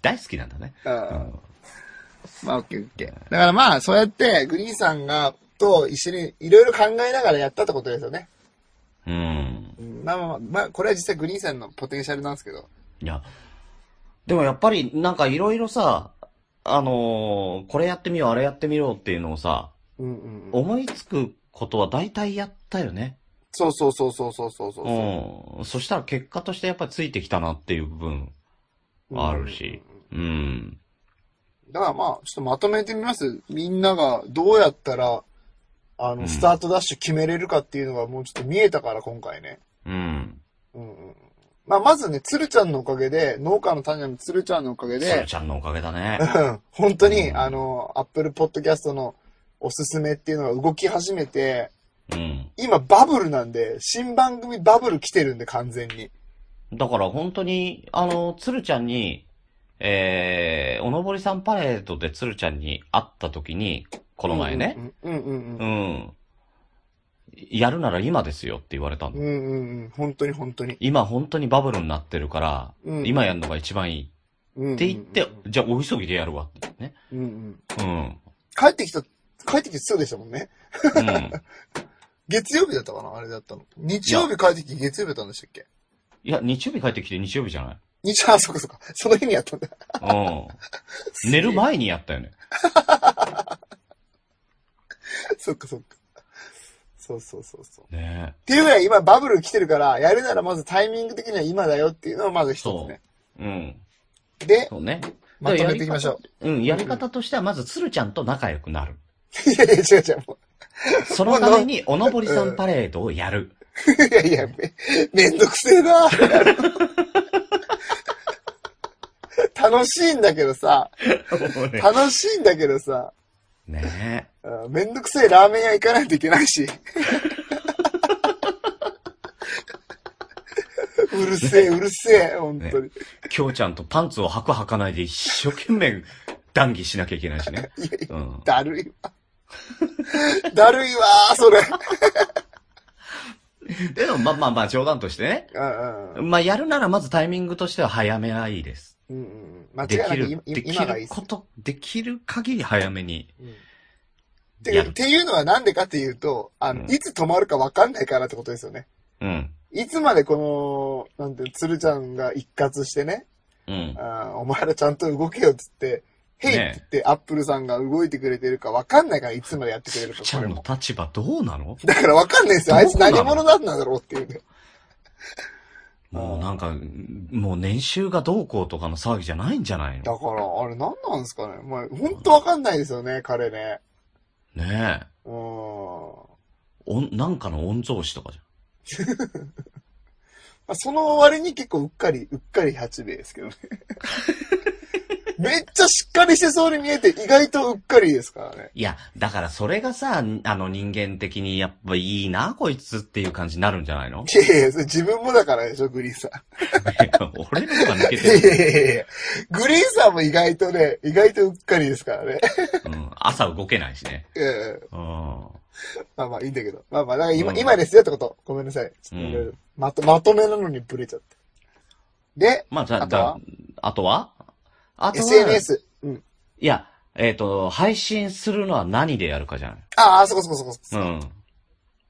S2: 大好きなんだね。
S3: う
S2: うんん。
S3: まあ、オッケーオッケー。だからまあ、そうやって、グリーンさんが、と一緒にいろいろ考えながらやったってことですよね。
S2: うん。
S3: うんまあまあまあ、まあ、これは実際グリーンさんのポテンシャルなんですけど。
S2: いや、でもやっぱりなんかいろいろさ、あのーこれやってみよう、あれやってみようっていうのをさ、
S3: うんうんうん。
S2: 思いつくことは大体やったよね。
S3: そうそうそうそうそうそうそう。
S2: うん。そしたら結果としてやっぱりついてきたなっていう部分はあるし。うん。
S3: だからまあ、ちょっとまとめてみます。みんながどうやったら、あ
S2: う
S3: の、
S2: ん
S3: スタートダッシュ決めれるかっていうのがもうちょっと見えたから、今回ね。
S2: うん。
S3: うんうんうん。まあ、まずね、鶴ちゃんのおかげで、農家の種の鶴ちゃんのおかげ
S2: スル
S3: で、
S2: ちゃんのおかげだね。
S3: うん 本当に、
S2: うん
S3: あの、アップルポッドキャストのおすすめっていうのが動き始めて、
S2: うん。
S3: 今バブルなんで、新番組バブル来てるんで、完全に。
S2: だから本当に、あの、つるちゃんに、えー、おのぼりさんパレードでつるちゃんに会った時に、こ
S3: こ
S2: の前ね、。
S3: うんうんうん
S2: う。ん。やるなら今ですよって言われた
S3: う
S2: の。
S3: んうんうん。本当に本当に。
S2: 今本当にバブルになってるから、
S3: うん
S2: 今やるのが一番いい
S3: っ
S2: って言って、じゃあお急ぎでやるわってね。
S3: うんうん。
S2: うん。
S3: 帰ってきた、帰ってきてすぐでしたもんね。
S2: うん。
S3: 月曜日だったかなあれだったの。日曜日帰ってきて月曜日だったんでしたっけ
S2: いや、日曜日帰ってきて日曜日じゃない
S3: 日曜、あ、そっかそっか。その日にやったんだ。
S2: うん。寝る前にやったよね。
S3: そっかそっか。そうそうそうそう。
S2: ね
S3: っていうぐらい今バブル来てるから、やるならまずタイミング的には今だよっていうのをまず一つね。
S2: え。うん。
S3: で、
S2: そうね。
S3: まとめていきましょ
S2: うん、やり方としては、まず、つるちゃんと仲良くなる。
S3: う。いやいや、違う違う。も
S2: そのために、おのぼりさんパレードをやる。
S3: ういやいや、め、めんどくせえ な。楽しいんだけどさ、楽しいんだけどさ、
S2: ね
S3: うんめんどくせえラーメン屋行かないといけな いし。うるせえ、うるせえ、本当に。
S2: え。きょうちゃんとパンツを履く履かないで一生懸命談義しなきゃいけないしね。うん。
S3: だるいわ。だるいわー、それ。
S2: でも、まあまあまあ、冗談としてね。
S3: うんうんうん
S2: まあ、やるならまずタイミングとしては早めがいいです。
S3: うんうん。間違
S2: でき
S3: いな
S2: る
S3: く、今
S2: でき
S3: 今がいい
S2: る
S3: っす
S2: こ。と、できる限り早めに
S3: うんて
S2: や
S3: かっ
S2: る。
S3: ていうのはなんでかっていうと、あの、
S2: うん
S3: いつ止まるかわかんないからってことですよね。
S2: うん。
S3: いつまでこの、なんていうの、鶴ちゃんが一括してね、
S2: うん。
S3: あーお前らちゃんと動けよっつって、へいって
S2: ねえ
S3: 言って、アップルさんが動いてくれてるかわかんないから、いつまでやってくれるか、
S2: ち
S3: こ
S2: ゃ
S3: れ
S2: ん
S3: も
S2: の。立場どうなの
S3: だからわかんないですよ。あいつ
S2: どうなの
S3: 何者なんだろうっていうね。
S2: もうなんか、もう年収がどうこうとかの騒ぎじゃないんじゃない
S3: だ
S2: の
S3: から、あれ何なんですかね。まあ、ほんとわかんないですよね、彼ね。
S2: ねえ。
S3: うーん。
S2: おん、なんかの御曹司とかじ
S3: まあ、その割に結構うっかり、うっかり八兵衛ですけ どね。めっちゃしっかりしてそうに見えて、意外とうっかりですから
S2: ゃ
S3: ね。
S2: ん。いや、だからそれがさ、あの人間的にやっぱいいな、こいつっていう感じになるんじゃないの
S3: いやいや、それ自分もだからでしょ、グリーンさん。
S2: 俺の方が抜け
S3: いやい
S2: てる。
S3: やいやいやグリーンさんも意外とね、意外とうっかりですからね。
S2: うん。朝動けないしね。
S3: うん
S2: うん。
S3: まあまあいいんだけど。まあまあ、だから今、
S2: うん
S3: 今ですよってこと。ごめんなさい。ちょっといろいろまと、まとめなのにブレちゃって。で、
S2: まあ、だ、
S3: あと
S2: だ、
S3: は
S2: あとはあとは
S3: SNS。うん。
S2: いや、えっ、と、配信するのは何でやるかじゃない
S3: ああ、そこそこそこそこ。
S2: うん。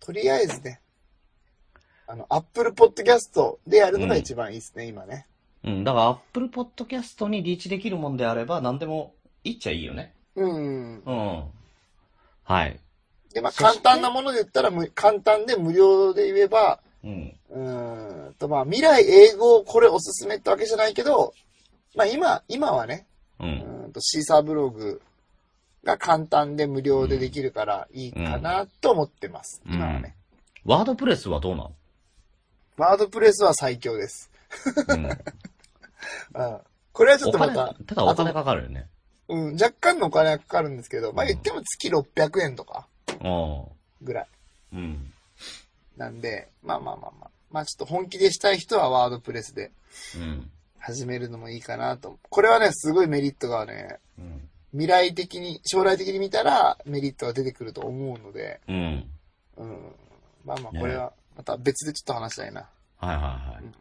S3: とりあえずね、あの、Apple Podcast でやるのが一番いいですね、今ね。
S2: うん。だから、Apple Podcast にリーチできるもんであれば、何でも、言っちゃいいよね。
S3: うん。
S2: うん。はい。
S3: で、まあ、
S2: そして
S3: 簡単なもので言ったら、む簡単で無料で言えば、
S2: うん。
S3: うーんと、まあ、未来英語これおすすめってわけじゃないけど、まあ、今、今はね、
S2: う。
S3: うんーんと、シーサーブログが簡単で無料でできるからいいかなと思ってます。
S2: うん
S3: 今はね。
S2: ワードプレスはどうな
S3: ワードプレスは最強です。
S2: の、うん、
S3: うん。これ はちょっ
S2: お
S3: とま
S2: 金た
S3: た、、
S2: だお金かかるよね。
S3: うん、若干のお金がかかるんですけど、まあ、言っても月600円とか
S2: うん。
S3: ぐらい。
S2: うん。
S3: なんで、まあまあまあまあ。まあちょっと本気でしたい人はワードプレスで
S2: うん。
S3: 始めるのもいいかなと。これはね、すごいメリットがね、
S2: うん。
S3: 未来的に、将来的に見たらメリットが出てくると思うので、
S2: うん。
S3: うん。まあまあこれは、また別でちょっと話したいな。
S2: はいはいは
S3: うん
S2: い。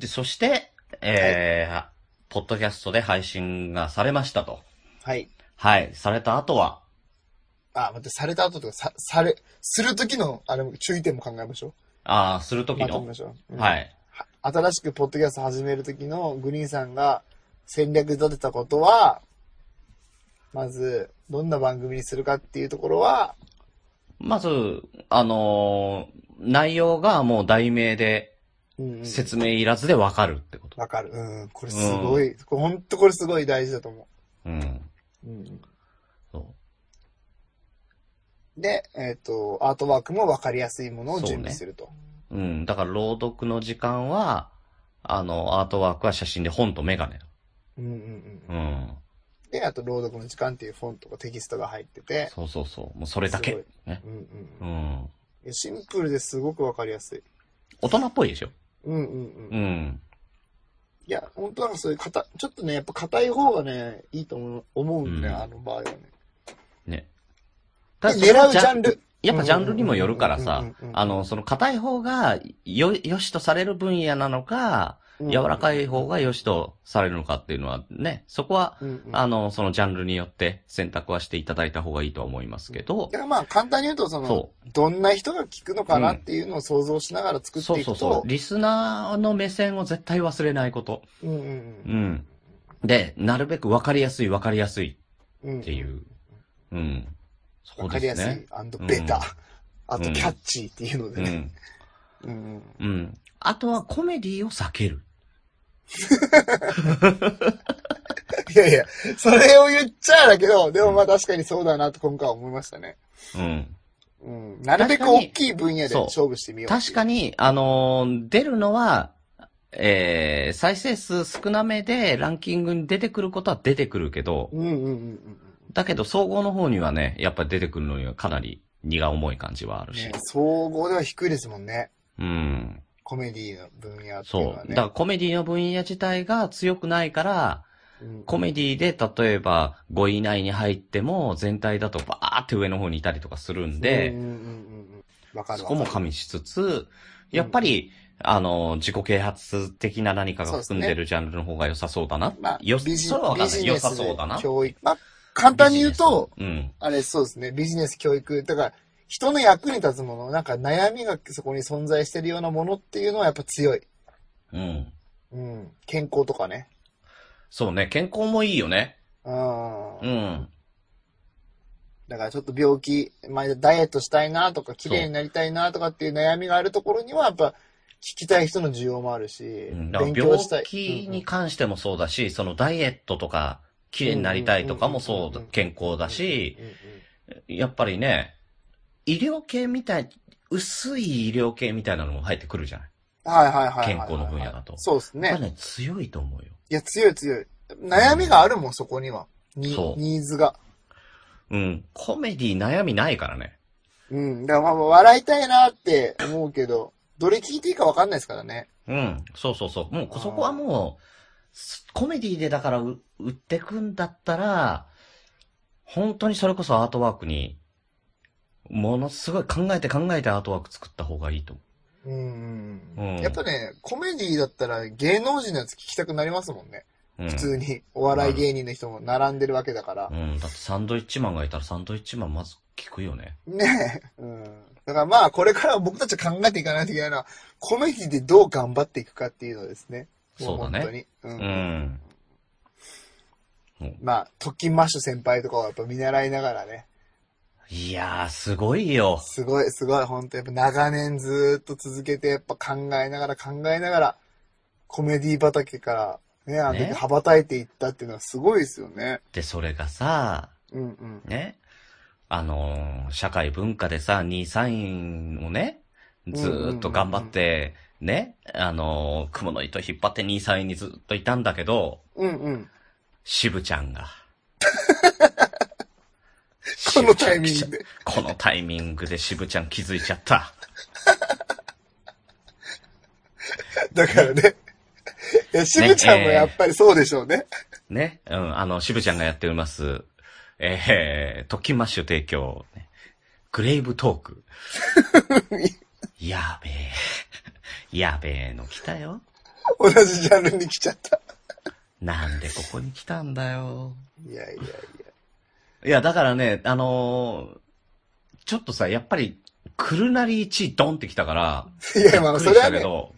S2: で、そして、えーポッドキャストで配信がされましたと。
S3: はい。
S2: はい。された後は、
S3: あ、待って、された後とか、さ、され、する時の、あれも、注意点も考えましょ
S2: ああ、すると
S3: う。
S2: き
S3: まとめ
S2: の
S3: ま、しょう。うん
S2: はい。
S3: 新しくポッドキャスト始めるときのグリーンさんが戦略立てたことは、まず、どんな番組にするかっていうところは、
S2: まず、あのー内容がもう題名で、
S3: うん、うん、
S2: 説明いらずでわかるってこと。
S3: わかる。うん、これすごい、これほんとこれすごい大事だと思
S2: うん。
S3: う。うん、
S2: そ
S3: で、えっ、と、アートワークもわかりやすいものを準備すると。
S2: う。うん。だから朗読の時間は、あの、アートワークは写真で本とメガネ。
S3: うんうんう。
S2: うんん。
S3: で、あと、朗読の時間っていうフォントがテキストが入ってて、
S2: そうそうそう。もうそれだ
S3: すご
S2: け
S3: い。
S2: ね。
S3: うんうん
S2: う
S3: うん
S2: ん。
S3: いや。シンプルですごくわかりやすい。
S2: 大人っぽいでしょ。
S3: うんうんうん。
S2: うん。
S3: いや、本当なんかそういう硬、ちょっとね、やっぱ硬い方がね、いいと思う思うんだよね、
S2: うん
S3: あの場合はね。
S2: ね。
S3: で
S2: ただそれは
S3: 狙うジャンル。
S2: やっぱジャンルにもよるから
S3: うんう
S2: さ
S3: んうんうんう、ん
S2: あの、その硬い方がよ、よしとされる分野なのか、
S3: うん
S2: 柔らかい方がよしとされるのかっていうのはね、そこは、
S3: うんうん。
S2: あの、そのジャンルによって選択はしていただいた方がいいとは思いますけど
S3: だ、からまあ、簡単に言うと、その、
S2: そ
S3: どんな人が聞くのかなっていうのを想像しながら作
S2: う。
S3: ってい
S2: そう
S3: くと、
S2: そうそう。リスナーの目線を絶対忘れないこと。
S3: うんうん
S2: う
S3: うん
S2: ん。で、なるべく分かりやすい分かりやすい
S3: うん。うん
S2: っていう。うん。そ
S3: わ
S2: う
S3: か
S2: で
S3: りや
S2: す
S3: す
S2: ね
S3: い。。アンドベター。あと、
S2: うん
S3: キャッチーっていうの
S2: う
S3: でね。
S2: ん。
S3: うんうん。
S2: うん。あとはコメディを避ける。
S3: いやいや、それを言っちゃあだけど、でもまあ確かにそうだなと今回は思いましたね。
S2: うん。
S3: うん。なるべく大きい分野で
S2: そう
S3: 勝負してみようっていう。
S2: 確かに、あのー出るのは、えー、再生数少なめでランキングに出てくることは出てくるけど、
S3: うんうんうんうん。
S2: だけど総合の方にはね、やっぱり出てくるのにはかなり荷が重い感じはあるし。
S3: ね、総合では低いですもんね。
S2: うん。
S3: コメディの分野っていうの
S2: そ
S3: は
S2: う。だ
S3: ね。
S2: からコメディの分野自体が強くないから、
S3: うん
S2: コメディで例えば5位以内に入っても全体だとバーって上の方にいたりとかするんで、
S3: うんうんうんうん。わかる
S2: そ
S3: わ
S2: こ
S3: かる。
S2: も加味しつつ、やっぱり、あの、自己啓発的な何かが含んでるジャンルの方が良さそうだな。
S3: まあ、
S2: よ
S3: ビジ
S2: それはわかんない。良さ
S3: ビジネスで
S2: そうだな。
S3: 教育。まあ、簡単に言うと、
S2: ビジネ
S3: あれそうですね、ビジネス教育。だから、人の役に立つもの、なんか悩みがそこに存在してるようなものっていうのはやっぱ強い。
S2: ス、うん。うん。
S3: うん。健康とかね。
S2: そうね、健康もいいよね。
S3: うん
S2: う。ん。
S3: だからちょっと病気、まあ、ダイエットしたいなとか、綺麗になりたいなとかっていう悩みがあるところには、やっぱ、聞きたい人の需要もあるし、
S2: うんだから
S3: 勉強した
S2: 病
S3: い。
S2: 気
S3: うんうん
S2: に関してもそうだし、そのダイエットとか、綺麗になりたいとかもそうだ
S3: うんうんうんうん
S2: 健康だし、
S3: うんうん
S2: やっぱりね、医療系みたい、薄い医療系みたいなのも入ってくるじゃない。
S3: うんはいはいはいはい。
S2: 健康の分野だと
S3: そうです
S2: やっ
S3: ね
S2: ぱ。りね、強いと思うよ。
S3: いや、強い強い。悩みがあるもん、そこには。に
S2: そう
S3: ニーズが。
S2: うん。コメディ悩みないからね。
S3: うん。だからまあ、笑いたいなって思うけど、どれ聞いていいかわかんないですからね。
S2: うん。そうそうそう。も
S3: あ
S2: う、
S3: ー
S2: そこはもう、すコメディでだからう売ってくんだったら、本当にそれこそアートワークに、ものすごい考えて考えてアートワーク作った方がいいと思
S3: うんうんうん。
S2: うん
S3: やっぱね、コメディだったら芸能人のやつ聞きたくなりますもんね。
S2: う。うん、
S3: 普通にお笑い芸人の人も並んでるわけだから
S2: う。ん。だってサンドイッチマンがいたらサンドイッチマンまず聞くよね。
S3: ねえ。うん。だからまあ、これから僕たち考えていかないといけないのは、コメディでどう頑張っていくかっていうのですね。も
S2: そうだね
S3: 本当に。う。
S2: うんん。
S3: まあ、トッキンマッシュ先輩とかはやっぱ見習いながらね。
S2: いやー、すごいよ。
S3: すごい、すごい、本当やっぱ長年ずーっと続けて、やっぱ考えながら考えながら、コメディ畑から、ね、あの時
S2: ね
S3: 羽ばたいていったっていうのはすごいですよね。
S2: で、それがさ、
S3: うんうん。
S2: ね。あのー社会文化でさ、2、3位をね、ずーっと頑張って、ね、あのー、雲の糸引っ張って2、3位にずっといたんだけど、
S3: うんうん。
S2: 渋ちゃんが。
S3: そのタイミングで。
S2: このタイミングで渋ちゃん気づいちゃった。
S3: だか らね。 いや、しぶちゃんもやっぱりそうでしょうね。
S2: ね。うん。あの、渋ちゃんがやっております。えー、トキマッシュ提供、ねグレイブトー ク。やべえ。やべえの来たよ。
S3: 同じジャンルに来ちゃった。
S2: なんでここに来たんだよ。
S3: いやいやいや。
S2: いや、だからね、あのーちょっとさ、やっぱり、クルナリ1位ドンって来たから、
S3: いや、まあ、
S2: びっ
S3: そ
S2: くり
S3: れ
S2: し
S3: は
S2: たけ
S3: ね、
S2: ど、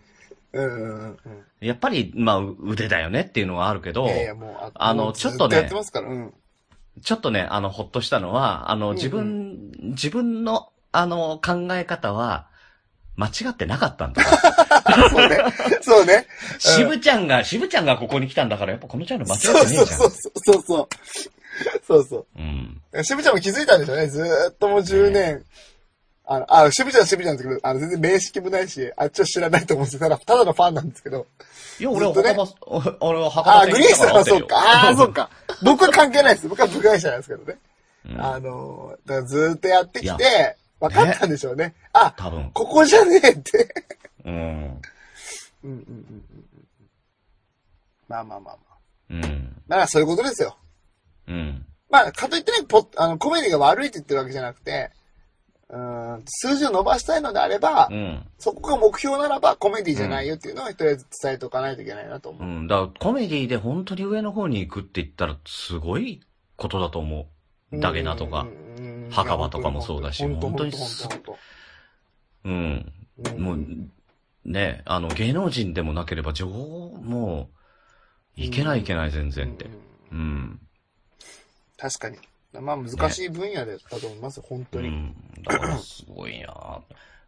S3: うんうんうん。
S2: やっぱり、まあ、う腕だよねっていうのはあるけど、
S3: いやいや、もう、あ
S2: あの
S3: もう
S2: ちょっとね
S3: ずやってますから、うん。
S2: ちょっとね、あの、ほっとしたのは、あ
S3: うん
S2: の、
S3: うん
S2: 自分、自分の、あの、考え方は、間違ってなかったんだ。
S3: そうね。そうね。
S2: 渋ちゃんが、渋ちゃんがここに来たんだから、やっぱこのチャンネル間違
S3: そう
S2: ってね
S3: そ
S2: え
S3: う
S2: じゃん。
S3: そうそうそう。そうそう
S2: うん。
S3: しぶちゃんも気づいたんでしょうね。ずーっともう10年。あの、あ、しぶちゃんはしぶちゃんですけど、あの、全然面識もないし、あっちは知らないと思うんですけど、ただただのファンなんですけど。
S2: いや、俺は
S3: ずっとね
S2: 墓場、 お俺は
S3: あ
S2: 墓場
S3: あ、グリーンさんはそうか。ああ、そう
S2: か。
S3: か。僕は関係ないです。僕は部外者なんですけどね。
S2: うん
S3: あの、だからずーっとやってき
S2: いや
S3: て、分かったんでしょうね。あ、
S2: 多分。
S3: ここじゃねえって。
S2: うん。
S3: うんうんうんうんうん。まあまあまあまあ。
S2: うん。
S3: まあそういうことですよ。
S2: うん。
S3: まあ、かといってね、ポッあの、コメディが悪いって言ってるわけじゃなくて、うーん、数字を伸ばしたいのであれば、
S2: うん。
S3: そこが目標ならばコメディじゃないよっていうのをとりあえず伝えておかないといけないなと思
S2: う
S3: う。
S2: ん。だから、コメディで本当に上の方に行くって言ったら、すごいことだと思う。ダゲナとか。
S3: うんうんうん、
S2: 墓場とかもそうだし
S3: 本当
S2: 本当に
S3: 本当
S2: うん。
S3: 本当
S2: も
S3: う、
S2: うんね、あの、芸能人でもなければ、女王もう、いけないいけない、全然って
S3: うん。
S2: うん。
S3: 確かに。まあ難しい分野だったと思います、本
S2: う
S3: 当に。
S2: ん。だから、すごいな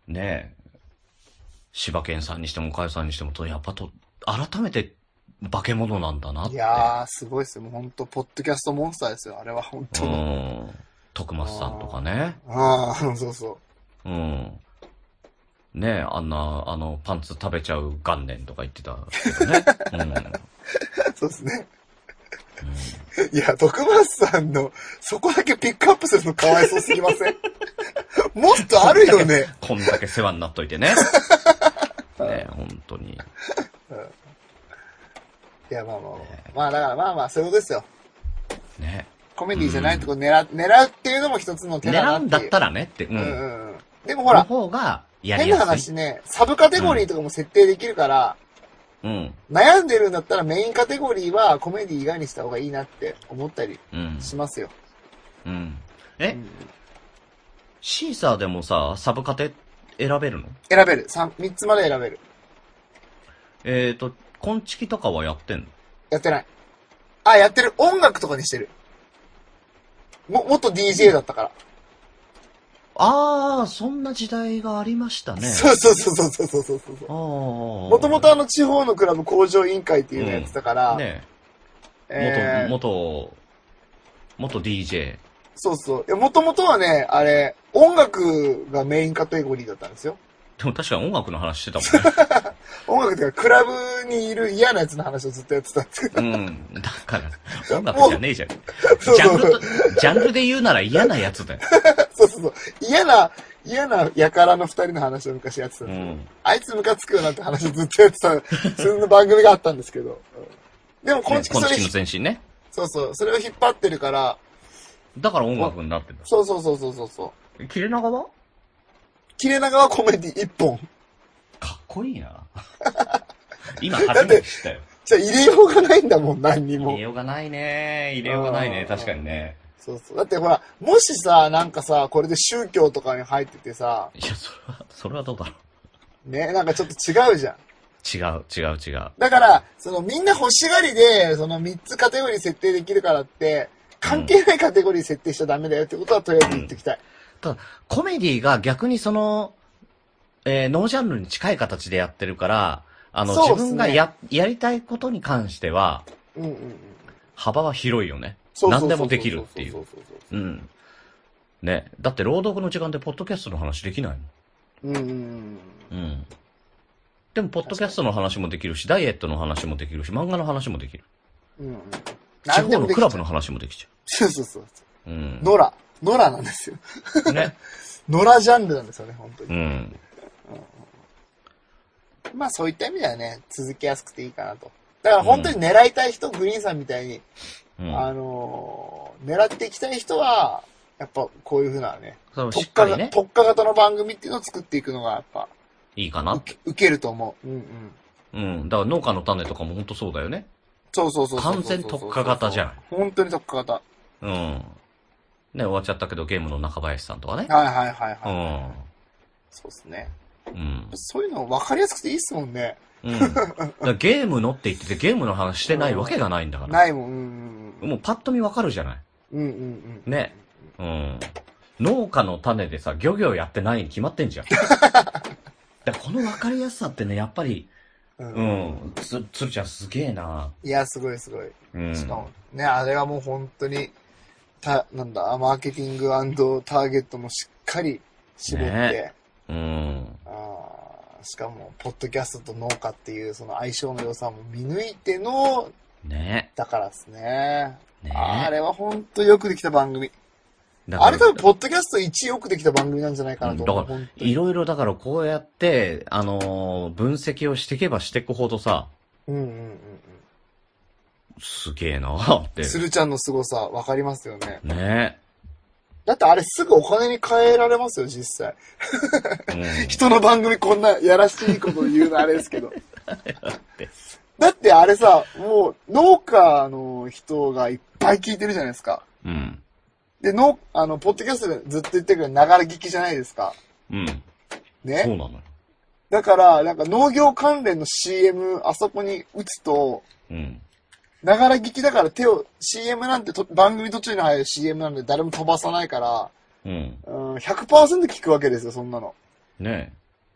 S2: ね柴犬さんにしても、かよさんにしても、とやっぱと、改めて、化け物なんだなって。
S3: いやー、すごいですよ。もう本当、ポッドキャストモンスターですよ、あれは本当
S2: う
S3: に。
S2: ん。徳松さんとかね。
S3: ああ、そうそう。
S2: うん。ねえ、あんな、あの、パンツ食べちゃう元年とか言ってたけど ね。
S3: そうですね。
S2: うん。うん
S3: いや、徳松さんの、そこだけピックアップするのかわいそうすぎません もっとあるよ ね。
S2: こんだけ世話になっといて ね。ね本当に。
S3: いや、まあまあまあ。まあだからまあまあ、そういうことですよ。
S2: ね。
S3: コメディじゃないとこ狙,、狙うっていうのも一つの手だ
S2: 狙
S3: な
S2: うん
S3: って
S2: だ
S3: いう。
S2: ったらねって。うん。
S3: うん
S2: の
S3: うんうん。でもほら、
S2: 方が、やり
S3: 変な
S2: やすい。
S3: 話ね、サブカテゴリーとかも設定できるから、
S2: うん。
S3: 悩んでるんだったらメインカテゴリーはコメディ以外にした方がいいなって思ったり
S2: うん。
S3: しますよ。
S2: うん。
S3: う
S2: え、
S3: ん
S2: シーサーでもさ、サブカテ選べるの
S3: 選べる。三、三つまで選べる。
S2: えっ、ー、と、コンチキとかはやってんの
S3: やってない。あ、やってる。音楽とかにしてる。も、元 DJ だったから。
S2: ああ、そんな時代がありましたね。
S3: そうそうそうそうそうそうそう。
S2: ああ。も
S3: もともとあの地方のクラブ工場委員会っていうのやってたから、
S2: ね
S3: えー
S2: 元、元、元 DJ。
S3: そうそういや。もともとはね、あれ、音楽がメインカテゴリーだったんですよ。
S2: でも確かに音楽の話してた
S3: 音楽っていうか、クラブにいる嫌なやつの話をずっとやってたんです けど。
S2: もんね。うん。だから、音楽じゃねえじゃん。
S3: そう
S2: ジャ
S3: そ
S2: ン
S3: う
S2: ル
S3: そ
S2: と
S3: う。、
S2: ジャンルで言うなら嫌なやつだよ。
S3: そうそうそう。嫌な、嫌なやからの二人の話を昔やってたん
S2: う
S3: ですよ。
S2: ん。
S3: あいつムカつくよなって話をずっとやってた、そんな番組があったんですけど。うんでも、
S2: こ
S3: こ
S2: の
S3: んちきそれ
S2: 式、の前身ね。
S3: そうそう、それを引っ張ってるから、
S2: だから音楽になって
S3: そうそうそうそうそうそう。
S2: た。切れ長は
S3: 切れ長はコメディ一本。
S2: かっこいい な。今初めて知ったよ。
S3: じゃあ入れようがないんだもん、何に
S2: 入
S3: も
S2: れ。ようがないね。入れようがないね。確かにね。
S3: そうそう。だってほら、もしさ、なんかさ、これで宗教とかに入っててさ、
S2: いや、それは、それはどうだろう。
S3: ね、なんかちょっと違うじゃん。
S2: 違う、違う、違う。
S3: だから、そのみんな欲しがりで、その3つカテゴリー設定できるからって、関係ないカテゴリー設定しちゃダメだよってことはとりあえず言っておきたい。
S2: コメディが逆にその、えーノージャンルに近い形でやってるから、あの、
S3: そうっすね
S2: 自分がや、やりたいことに関しては、
S3: うんうんうん。
S2: 幅は広いよね。
S3: そうそうそうそう
S2: 何でもできるっていう
S3: そそそ
S2: うん。ね。だって、朗読の時間でポッドキャストの話できない
S3: そう。うんうんうん。
S2: もん。うん。でも、ポッドキャストの話もできるし、ダイエットの話もできるし、漫画の話もできる。
S3: うんうん。
S2: 地方
S3: 何で
S2: の
S3: もでき
S2: ク
S3: ち
S2: ラ
S3: ゃう
S2: ブの話もできちゃ
S3: そうそうそう。
S2: う。うん。
S3: ノラ。野良なんですよ。
S2: ね。
S3: 野良ジャンルなんですよね、本当
S2: う
S3: に。
S2: ん。
S3: まあそういった意味ではね、続けやすくていいかなと。だから本当に狙いたい人、グリーンさんみたいに、
S2: うん。
S3: あのー狙っていきたい人は、やっぱこういうふうなね、
S2: そのし
S3: 特
S2: っか
S3: 化
S2: り
S3: が、
S2: ね、
S3: 特化型の番組っていうのを作っていくのが、やっぱ、
S2: いいかな。
S3: 受け受けると思う。うんうん。
S2: うん。だから農家の種とかも本当そうだよね。
S3: そうそうそうそうそう
S2: 完全特化型じゃん。
S3: 本当に特化型。
S2: うん。ね、終わっちゃったけど、ゲームの中林さんとかね。
S3: はいはいはいはい。
S2: う
S3: そうですね。
S2: ん。うん。
S3: そういうの分かりやすくていいっすもんね。
S2: うん。だからゲームのって言ってて、ゲームの話してないわけがないんだから。
S3: ないもん。うんうん
S2: もうパッと見わかるじゃない。
S3: うん。うんうんうん。
S2: ね。うん。農家の種でさ、漁業やってないに決まってん じゃん。だからこのわかりやすさってね、やっぱり、
S3: う。
S2: うんん。つ、つるちゃんすげえない
S3: や、すごいすごい。
S2: うん。
S3: しかも、ね、あれはもう本当に、た、なんだ、マーケティングターゲットもしっかり絞って、
S2: ねうん。
S3: あーしかも、ポッドキャストと農家っていうその相性の良さも見抜いての、
S2: ね
S3: だからですね。
S2: ね
S3: あれは本当よくできた番組。
S2: だから
S3: あれ多分、ポッドキャスト1位よくできた番組なんじゃないかなと
S2: うん
S3: 思う。
S2: だか
S3: 本当に
S2: いろいろだからこうやって、あのー分析をしていけばしていくほどさ、
S3: うんうんうん
S2: すげえなーっ
S3: う
S2: て
S3: ん。。鶴ちゃんの凄さ、わかりますよね。
S2: ね
S3: だってあれすぐお金に変えられますよ、実際。
S2: え。うん。
S3: 人の番組こんなやらしいこと言うのあれですけど。だってあれさ、もう農家の人がいっぱい聞いてるじゃないですか。
S2: うん。
S3: で、農、あの、ポッドキャストでずっと言ってるけど、ながら聞きじゃないですか。
S2: うん。そう
S3: ね。
S2: なのよ。
S3: だから、なんか農業関連の CM、あそこに打つと、
S2: うん。
S3: ながら聞きだから手を、CM なんてと番組途中に入る CM なんで誰も飛ばさないから、
S2: うん。
S3: うん、100%聞くわけですよ、そんなの。
S2: ね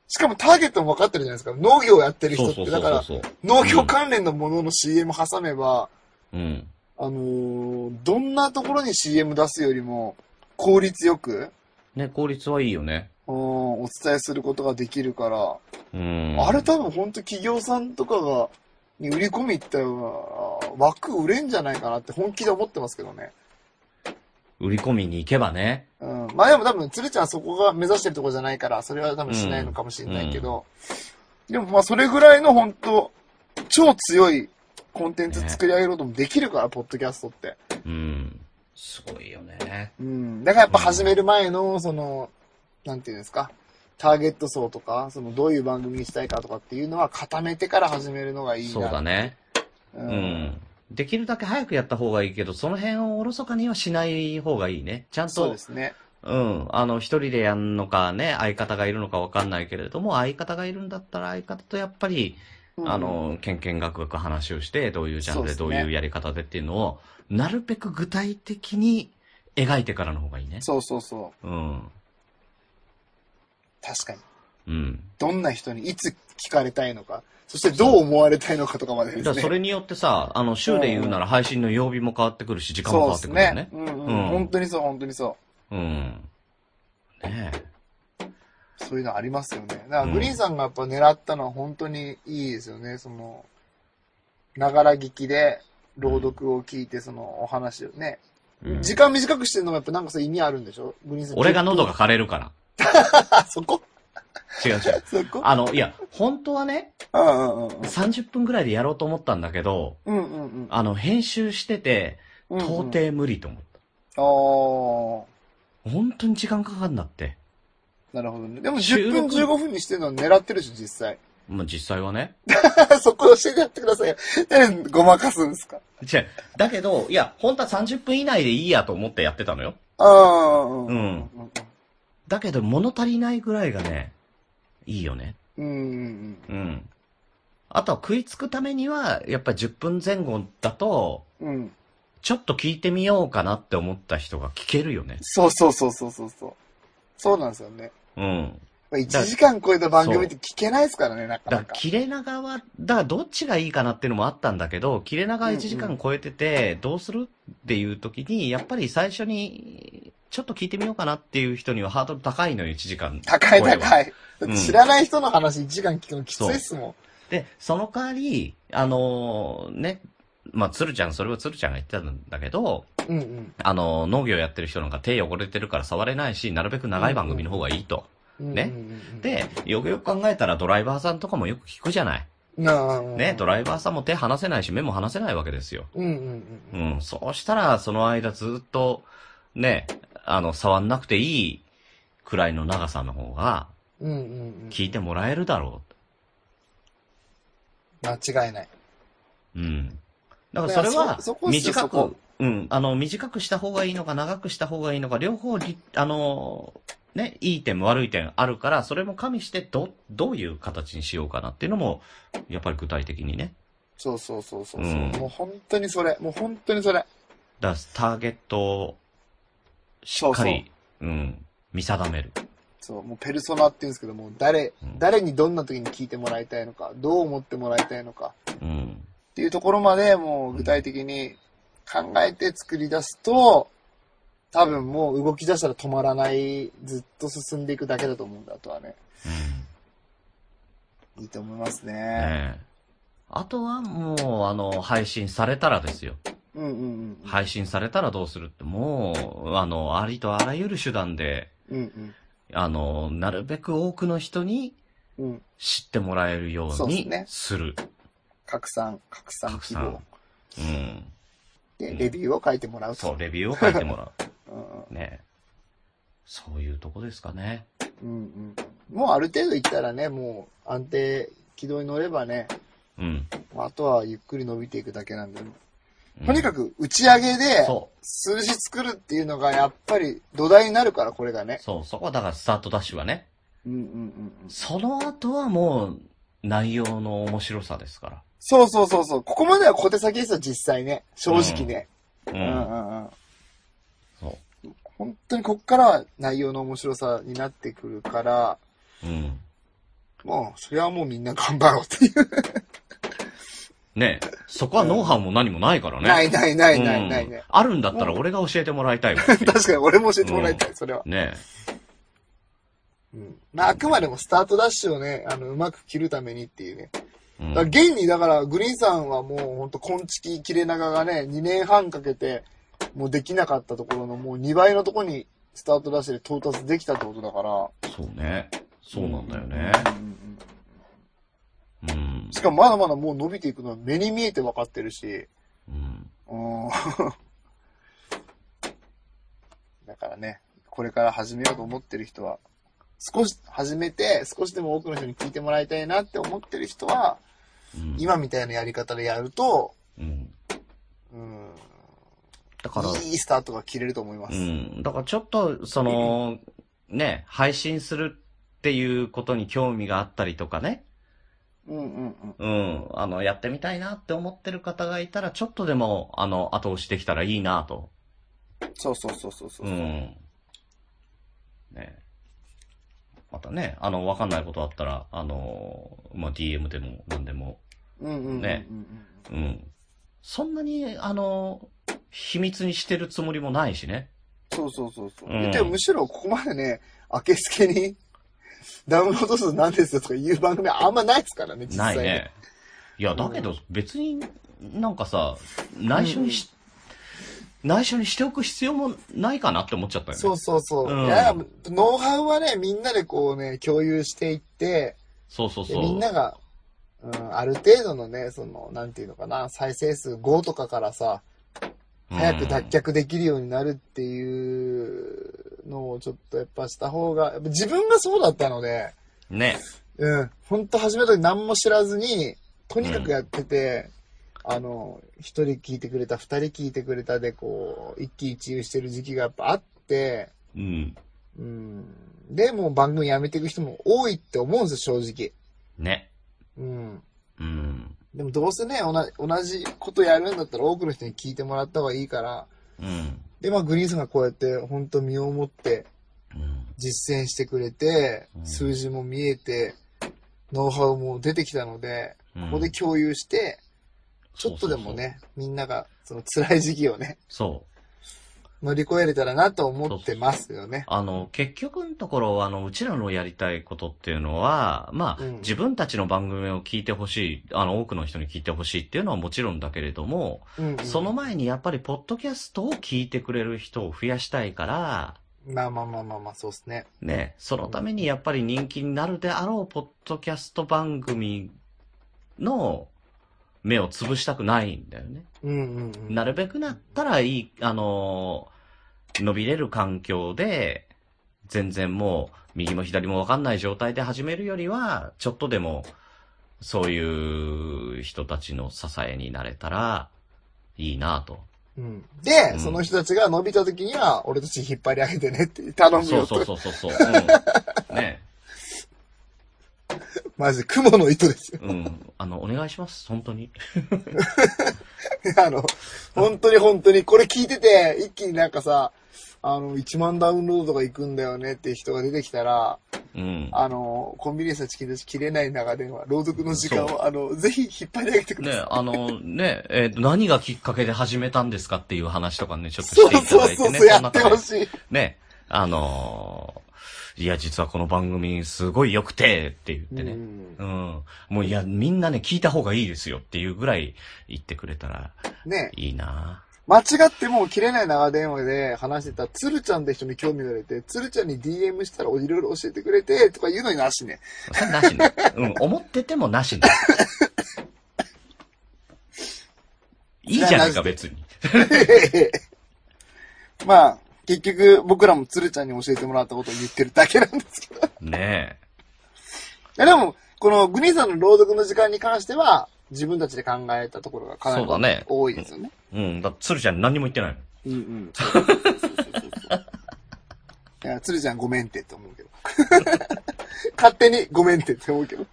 S3: しかもターゲットも分かってるじゃないですか。農業やって
S2: え。
S3: る
S2: そ
S3: 人
S2: うそ
S3: って。
S2: うそ
S3: だ
S2: う
S3: から
S2: そう、そう。
S3: 農業関連のものの CM 挟めば、
S2: うん。
S3: あのーどんなところに CM 出すよりも効率よく、
S2: ね、効率はいいよね。
S3: うん、お伝えすることができるから、
S2: うん。
S3: あれ多分本当企業さんとかが、に売り込み行ったら、枠売れんじゃないかなって本気で思ってますけどね。
S2: 売り込みに行けばね。
S3: うん。まあでも多分、鶴ちゃんはそこが目指してるとこじゃないから、それは多分しないのかもしれないけど、でもまあそれぐらいの本当超強いコンテンツ作り上げることもできるから、ポッドキャストって。
S2: うん。すごいよね。
S3: うん。だからやっぱ始める前の、その、なんていうんですか、ターゲット層とか、そのどういう番組にしたいかとかっていうのは固めてから始めるのがいいな。
S2: そうだね。
S3: う。
S2: うんん。できるだけ早くやった方がいいけど、その辺をおろそかにはしない方がいいね。ちゃん
S3: そう
S2: と
S3: で、すね。
S2: うん。あの、一人でやんのかね、相方がいるのかわかんないけれども、相方がいるんだったら、相方とやっぱり、
S3: うん
S2: あ、の、けんけんがくがく話をして、どういうジャンルで、
S3: そ
S2: ど
S3: う
S2: う
S3: ですね
S2: いうやり方でっていうのを、なるべく具体的に描いてからの方がいいね。
S3: そうそうそう。
S2: うん。
S3: 確かに。
S2: うん。
S3: どんな人にいつ聞かれたいのか、そしてどう思われたいのかとかまで
S2: だか
S3: です
S2: ら
S3: ね。
S2: それによってさ、あの、週で言うなら配信の曜日も変わってくるし、時間も変わってくるよね。
S3: そうですね。うん、う
S2: うん
S3: ん。本当にそう、本当にそう。
S2: うん。ねえ。
S3: そういうのありますよね。だからグリーンさんがやっぱ狙ったのは本当にいいですよね。その、ながら聞きで朗読を聞いて、そのお話をね。
S2: うん
S3: 時間短くしてるのもやっぱなんかさ意味あるんでしょグリーンさん。
S2: 俺が喉が枯れるから。
S3: あ、そこ
S2: 違う違う。
S3: そこ
S2: あの、いや、本当はね、
S3: うんうんうん。
S2: 30分くらいでやろうと思ったんだけど、
S3: うんうん
S2: あの、編集してて、
S3: うん。
S2: 到底無理と思った。
S3: 底。
S2: 本当に時間かかるんだって。
S3: ああ。なるほどね。でも
S2: 収
S3: 10分
S2: 録
S3: 15分にしてるのは狙ってるでしょ、実際。
S2: まあ、実際はね。
S3: そこ教えてやってくださいよ。 なんでごまかすんですか
S2: 違う。だけど、いや、本当は30分以内でいいやと思ってやってたのよ。
S3: ああ。うんうん
S2: うん。だけど、物足りないぐらいがね、いいよね。
S3: うんうん
S2: うん。あとは食いつくためには、やっぱり10分前後だと、
S3: うん。うん。
S2: ちょっと聞いてみようかなって思った人が聞けるよね。
S3: そうそうそうそうそうそう。そうなんですよね。
S2: うん。
S3: 1時間超えた番組って聞けないですからね、なか
S2: だ
S3: な
S2: から
S3: か。
S2: 切れ長は、だからどっちがいいかなっていうのもあったんだけど、切れ長1時間超えてて、どうするっていう時に、やっぱり最初に、ちょっと聞いてみようかなっていう人にはハードル高いのよ、1時間。
S3: 高い
S2: 声は
S3: 高い。だ
S2: う
S3: っ
S2: ん
S3: て知らない人の話1時間聞くのきついっすも
S2: で、その代わり、あのーね、まあ、鶴ちゃん、それは鶴ちゃんが言ってたんだけど、
S3: ん。うんうん
S2: あの、農業やってる人なんか手汚れてるから触れないし、なるべく長い番組の方がいいと。
S3: うんうん。
S2: ねで、よくよく考えたらドライバーさんとかもよく聞くじゃない。
S3: なあ、
S2: ね、ドライバーさんも手離せないし、目も離せないわけですよ。
S3: うんうんう。
S2: うんん、そうしたら、その間ずっと、ね、あの、触んなくていいくらいの長さの方が、
S3: うんうんうん。
S2: 聞いてもらえるだろ
S3: 間違いない。
S2: う。うん。だからそれ
S3: いや
S2: は
S3: そそ、こっすよ
S2: 短
S3: そこ
S2: く、うん、あの、短くした方がいいのか、長くした方がいいのか、両方り、あの、ね、いい点、悪い点あるから、それも加味して、ど、どういう形にしようかなっていうのも、やっぱり具体的にね。
S3: そうそうそうそう。う
S2: うん
S3: もう本当にそれ。もう本当にそれ。
S2: だからターゲットを、しっかり、うん、見定める。
S3: そう、もうペルソナって言うんですけども、誰、
S2: うん
S3: 誰にどんな時に聞いてもらいたいのか、どう思ってもらいたいのか、
S2: うん。
S3: っていうところまでもう具体的に考えて作り出すと、多分もう動き出したら止まらない、ずっと進んでいくだけだと思うんだ、あとはね。
S2: うん
S3: いいと思いますね。
S2: ねえあとはもう、あの、配信されたらですよ。
S3: うんうんうん。
S2: 配信されたらどうするって、もう、あの、ありとあらゆる手段で、
S3: うん
S2: あの、なるべく多くの人に
S3: うん。うん。
S2: 知ってもらえるよ
S3: そう
S2: う
S3: っす
S2: に
S3: ね
S2: する。
S3: 拡散、拡散
S2: 拡
S3: 希
S2: 散
S3: 望。
S2: うん。
S3: で、
S2: うん
S3: レビューを書いてもらうと。
S2: そう、レビューを書いてもら
S3: うんうん
S2: う。ねえそういうとこですかね。
S3: うんうん、もうある程度いったらね、もう安定軌道に乗ればね、
S2: うん。
S3: まああとはゆっくり伸びていくだけなんで、
S2: うん
S3: とにかく打ち上げで
S2: そ
S3: 数字作るっていうのがやっぱり土台になるから、これが
S2: う、
S3: ね。
S2: そう、そこはだからスタートダッシュはね。
S3: うんうんうん。
S2: その後はもう、内容の面白さですか
S3: そうそうそうそう。ここまでは小手先ですよ、実際ね。正直ね。
S2: ら。う。
S3: うんうんんうん。
S2: そ
S3: 本当にこっからは内容の面白さになってくるから、
S2: う。うん。
S3: もう、それはもうみんな頑張ろうっていう。
S2: ねえ、そこはノウハウも何もないからね。
S3: ないないないないない
S2: うん
S3: ね。
S2: あるんだったら俺が教えてもらいたいわ。
S3: 確かに俺も教えてもらいたい、それは。
S2: ね
S3: うんまあ、あくまでもスタートダッシュをね、あの、うまく切るためにっていうね。
S2: え。う
S3: だ
S2: ん
S3: から現に、だから、グリーンさんはもう、ほんと、根付き切れ長がね、2年半かけて、もうできなかったところの、もう2倍のところに、スタートダッシュで到達できたってことだから。
S2: そうね。そうなんだよね。
S3: うんうんうん
S2: うん
S3: し。かも、まだまだもう伸びていくのは目に見えて分かってるし。
S2: うん。
S3: うん。 だからね、これから始めようと思ってる人は、少し始めて、少しでも多くの人に聞いてもらいたいなって思ってる人は、
S2: うん
S3: 今みたいなやり方でやると、
S2: うん。
S3: うん、
S2: だから、
S3: いいスタートが切れると思いま
S2: う
S3: す。
S2: ん。だからちょっと、その、ね、配信するっていうことに興味があったりとかね。
S3: うん、うん、うん。
S2: うん。あの、やってみたいなって思ってる方がいたら、ちょっとでも、あの、後押しできたらいいなと。
S3: そうそうそうそうそうう。
S2: ん。ねまたね、あの、わかんないことあったら、あの、まあ、DM でも何でも、
S3: うん、うん、うん。
S2: ね
S3: うん
S2: うん。そんなに、あの、秘密にしてるつもりもないしね。
S3: そうそうそうそう。
S2: うん
S3: でもむしろここまでね、明けすけに ダウンロード数何ですよとかいう番組あんまないですからね、実
S2: な
S3: 際
S2: いね。いや、だけど別になんかさ、内緒にし、内緒にしておく必要もないかなって思っちゃったよね。
S3: そうそうそう。
S2: うん
S3: いや、ノウハウはね、みんなでこうね、共有していって、
S2: そうそう
S3: で
S2: そう。
S3: みんなが、うん、ある程度のね、その、なんていうのかな、再生数5とかからさ、
S2: うん
S3: 早く脱。却できるようになるっていうのをちょっとやっぱした方が、やっぱ自分がそうだったので、
S2: ね。
S3: うん、ほんと始めた時何も知らずに、とにかくやってて、あの、一人聞いてくれた、二人聞いてくれたで、こう、一喜一憂してる時期がやっぱあって、
S2: うん。
S3: うん、で、もう番組やめていく人も多いって思うんですよ、正直。
S2: ね。
S3: うん。
S2: うん。
S3: でもどうせね、同じ同じことやるんだったら多くの人に聞いてもらった方がいいから、
S2: うん。
S3: で、まあ、グリーンさんがこうやって、本当身をもって
S2: うん。
S3: 実践してくれて
S2: う、ん
S3: 数字も見えて、ノウハウも出てきたので、
S2: うん
S3: ここで共有して、ちょっとでもね、みんなが、その辛い時期をね、
S2: そうそうそう。
S3: 乗り越えれたらなと思ってますよね。
S2: あの、結局のところ、あの、うちらのやりたいことっていうのは、まあ、
S3: うん
S2: 自分たちの番組を聞いてほしい、あの、多くの人に聞いてほしいっていうのはもちろんだけれども、
S3: うん、
S2: その前にやっぱり、ポッドキャストを聞いてくれる人を増やしたいから、
S3: まあまあまあまあまあ、そうですね。
S2: ね、そのためにやっぱり人気になるであろう、ポッドキャスト番組の目を潰したくないんだよね。
S3: うんうんうん。
S2: なるべくなったらいい、あのー伸びれる環境で、全然もう、右も左もわかんない状態で始めるよりは、ちょっとでも、そういう人たちの支えになれたら、いいなと。
S3: うん、で、
S2: うん
S3: その人たちが伸びた時には、俺たち引っ張り上げてねって頼む
S2: そ
S3: よ
S2: う
S3: と。
S2: そうそうそうそう。うん、ね。
S3: マジ、雲の糸ですよ。
S2: うん。あの、お願いします。本当に。
S3: あの、本当に本当に、これ聞いてて、一気になんかさ、あの、1万ダウンロードが行くんだよねっていう人が出てきたら、
S2: うん。
S3: あの、コンビニエンスのチキンたち切れない長電話、朗読の時間を、あの、ぜひ引っ張り上げてくだ
S2: ね
S3: さ、
S2: あの、ね、えっ、と、何がきっかけで始めたんですかっていう話とかね、ちょっ
S3: い。
S2: とし
S3: そう
S2: ていた
S3: そう
S2: だい
S3: そ
S2: て
S3: う
S2: ね。
S3: そう、や
S2: その
S3: っ
S2: 中
S3: て
S2: で
S3: ほしい。
S2: ね、あのーいや、実はこの番組すごい良くて、って言って
S3: う
S2: ね。
S3: ん
S2: うん。もういや、みんなね、聞いた方がいいですよっていうぐらい言ってくれたら
S3: ね
S2: いいな
S3: 間違ってもう切れない長電話で話してた、つるちゃんって人に興味が出て、つるちゃんに DM したらいろいろ教えてくれて、とか言うのになしね。
S2: それなしね。うん、思っててもなしね。いいじゃないか、別に。
S3: まあ、結局僕らもつるちゃんに教えてもらったことを言ってるだけなんですけど。い
S2: ね
S3: やでも、このグニーさんの朗読の時間に関しては、自分たちで考えたところがかな
S2: そうだね
S3: り多いですよね。
S2: え。うん、だって鶴ちゃん何にも言ってないの。
S3: うん うん。そうそうそうそういや、つるちゃんごめんってって思うけど。 勝手にごめんってって思うけど。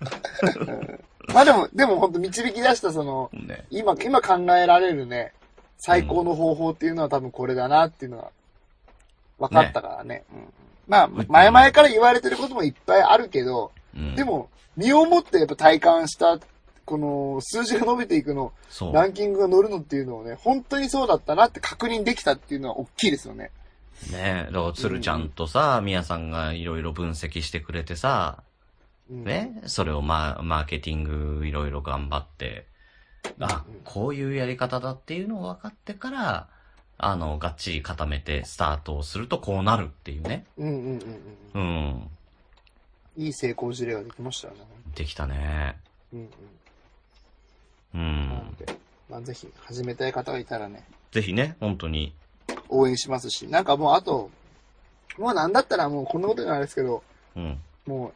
S3: うんまあでも、でも本当導き出したその、
S2: ね
S3: 今、今考えられるね、最高の方法っていうのは多分これだなっていうのは分かったからね。うんまあ、前々から言われてることもいっぱいあるけど、
S2: うん。
S3: で、も、身をもってやっぱ体感した、この数字が伸びていくの、
S2: そう。
S3: ランキングが乗るのっていうのをね、本当にそうだったなって確認できたっていうのは大きいですよね。
S2: ねえ、だから鶴ちゃんとさ、みやさんがいろいろ分析してくれてさ、
S3: うん、
S2: ね、それをママーケティングいろいろ頑張って、あ
S3: うん、
S2: こういうやり方だっていうのを分かってから、あの、がっちり固めてスタートをするとこうなるっていうね。
S3: うんうんうん
S2: う
S3: う。
S2: んん。
S3: いい成功事例ができましたよね。
S2: できたね。
S3: うん
S2: う
S3: うん。なの
S2: ん。
S3: で、まあ、ぜひ始めたい方がいたらね、
S2: ぜひね、本当に。
S3: 応援しますし、なんかもうあと、もうなんだったらもうこんなことになるんですけど、
S2: うん。
S3: もう、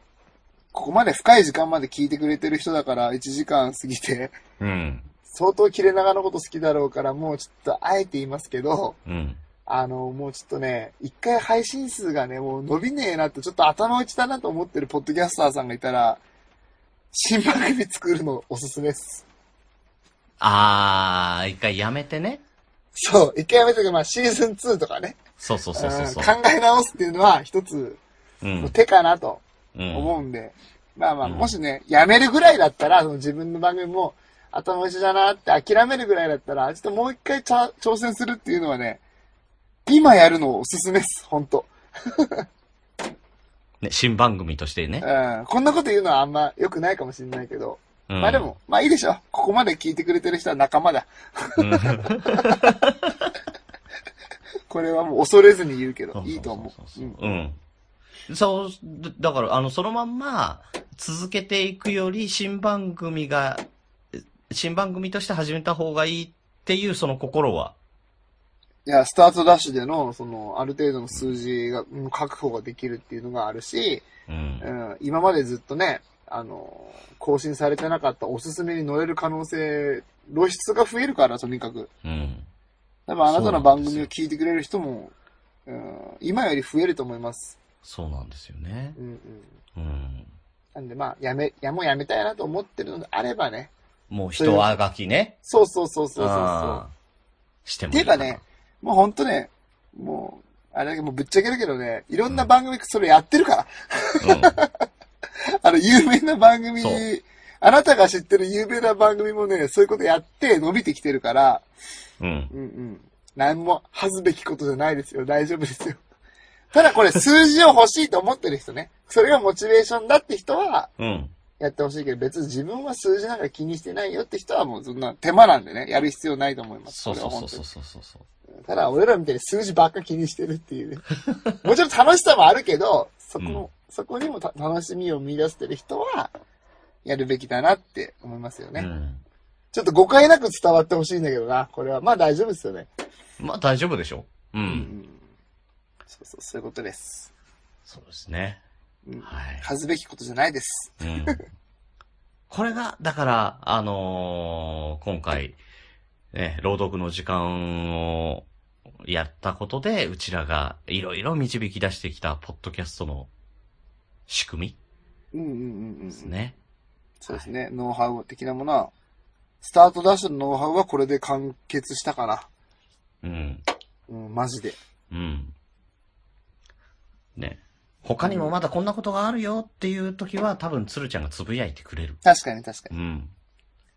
S3: ここまで深い時間まで聞いてくれてる人だから、1時間過ぎて、
S2: うん。
S3: 相当切れ長のこと好きだろうから、もうちょっとあえて言いますけど、
S2: うん。
S3: あの、もうちょっとね、一回配信数がね、もう伸びねえなって、ちょっと頭打ちだなと思ってるポッドキャスターさんがいたら、新番組作るのおすすめです。
S2: あー、一回やめてね。
S3: そう、一回やめとけば、まあ、シーズン2とかね、
S2: そうそうそうそうそう。
S3: うん考え直すっていうのは一つ
S2: うん。
S3: 手かなと
S2: うん。
S3: 思うんで、まあまあ、
S2: うん
S3: もしね、やめるぐらいだったら、その自分の番組も頭打ちだなって諦めるぐらいだったら、ちょっともう一回ちゃ挑戦するっていうのはね、今やるのおすすめです、本当
S2: ね、新番組としてね。
S3: うんこんなこと言うのはあんま良くないかもしれないけど。
S2: うん。
S3: まあでも、まあいいでしょ。ここまで聞いてくれてる人は仲間だ。
S2: うん。
S3: これはもう恐れずに言うけ
S2: そ
S3: ど
S2: う、そう
S3: いいと思。
S2: そうそううそ
S3: ん
S2: う。うん。そう、だだから、あの、そのまんま、続けていくより、新番組が、新番組として始めた方がいいっていう、その心は。
S3: いや、スタートダッシュでの、その、ある程度の数字が、うん確保ができるっていうのがあるし、
S2: うん
S3: う。ん、今までずっとね、あの、更新されてなかったおすすめに乗れる可能性、露出が増えるから、とにかく。
S2: うん。
S3: 多分あなたの番組
S2: そうな
S3: を
S2: んで
S3: 聞いてくれる人も、うん、今より増えると思います。
S2: そうなんですよね
S3: う。ん
S2: う
S3: うん。
S2: ん。
S3: なんでまあ、やめ、やもうやめたいなと思ってるのであればね、
S2: もう人あがきね。
S3: そうそうそうそうそうそ
S2: あーしても
S3: て
S2: いい
S3: い
S2: う
S3: か
S2: か
S3: ね
S2: ね。、
S3: もうほんとね、もう、あれだけどもうぶっちゃけだけどね、いろんな番組それやってるから。 あの、有名な番組
S2: そう、
S3: あなたが知ってる有名な番組もね、そういうことやって伸びてきてるから、
S2: うん。うん。
S3: うんうん。何も恥ずべきことじゃないですよ。大丈夫ですよ。ただこれ数字を欲しいと思ってる人ね。それがモチベーションだって人は
S2: うん。
S3: やってほしいけど、別に自分は数字なんか気にしてないよって人はもうそんな手間なんでね、やる必要ないと思います。
S2: そうそう
S3: これは
S2: そ
S3: 本
S2: う
S3: 当
S2: そ
S3: に
S2: うそうそうそう。
S3: ただ、俺らみたいに数字ばっか気にしてるっていうね。 もちろん楽しさもあるけど、そこ、
S2: うん
S3: そこにもた楽しみを見出してる人は、やるべきだなって思いますよね。
S2: うん。
S3: ちょっと誤解なく伝わってほしいんだけどな、これは。まあ大丈夫ですよね。
S2: まあ大丈夫でしょう。う。。
S3: うんそうそう、そういうことです。
S2: そうですね。
S3: うん。
S2: はい。
S3: 恥ずべきことじゃないです。
S2: うん。これが、だから、あのー今回、ね、朗読の時間をやったことで、うちらがいろいろ導き出してきたポッドキャストの仕組み
S3: うんうんうんうん。
S2: です。ね。
S3: そうですね。ノウハウ的なものは、スタートダッシュのノウハウはこれで完結したかな。
S2: うん。
S3: うん、マジで。
S2: うん。ね。他にもまだこんなことがあるよっていう時は、多分鶴ちゃんがつぶやいてくれる。
S3: 確かに確かに
S2: う。ん。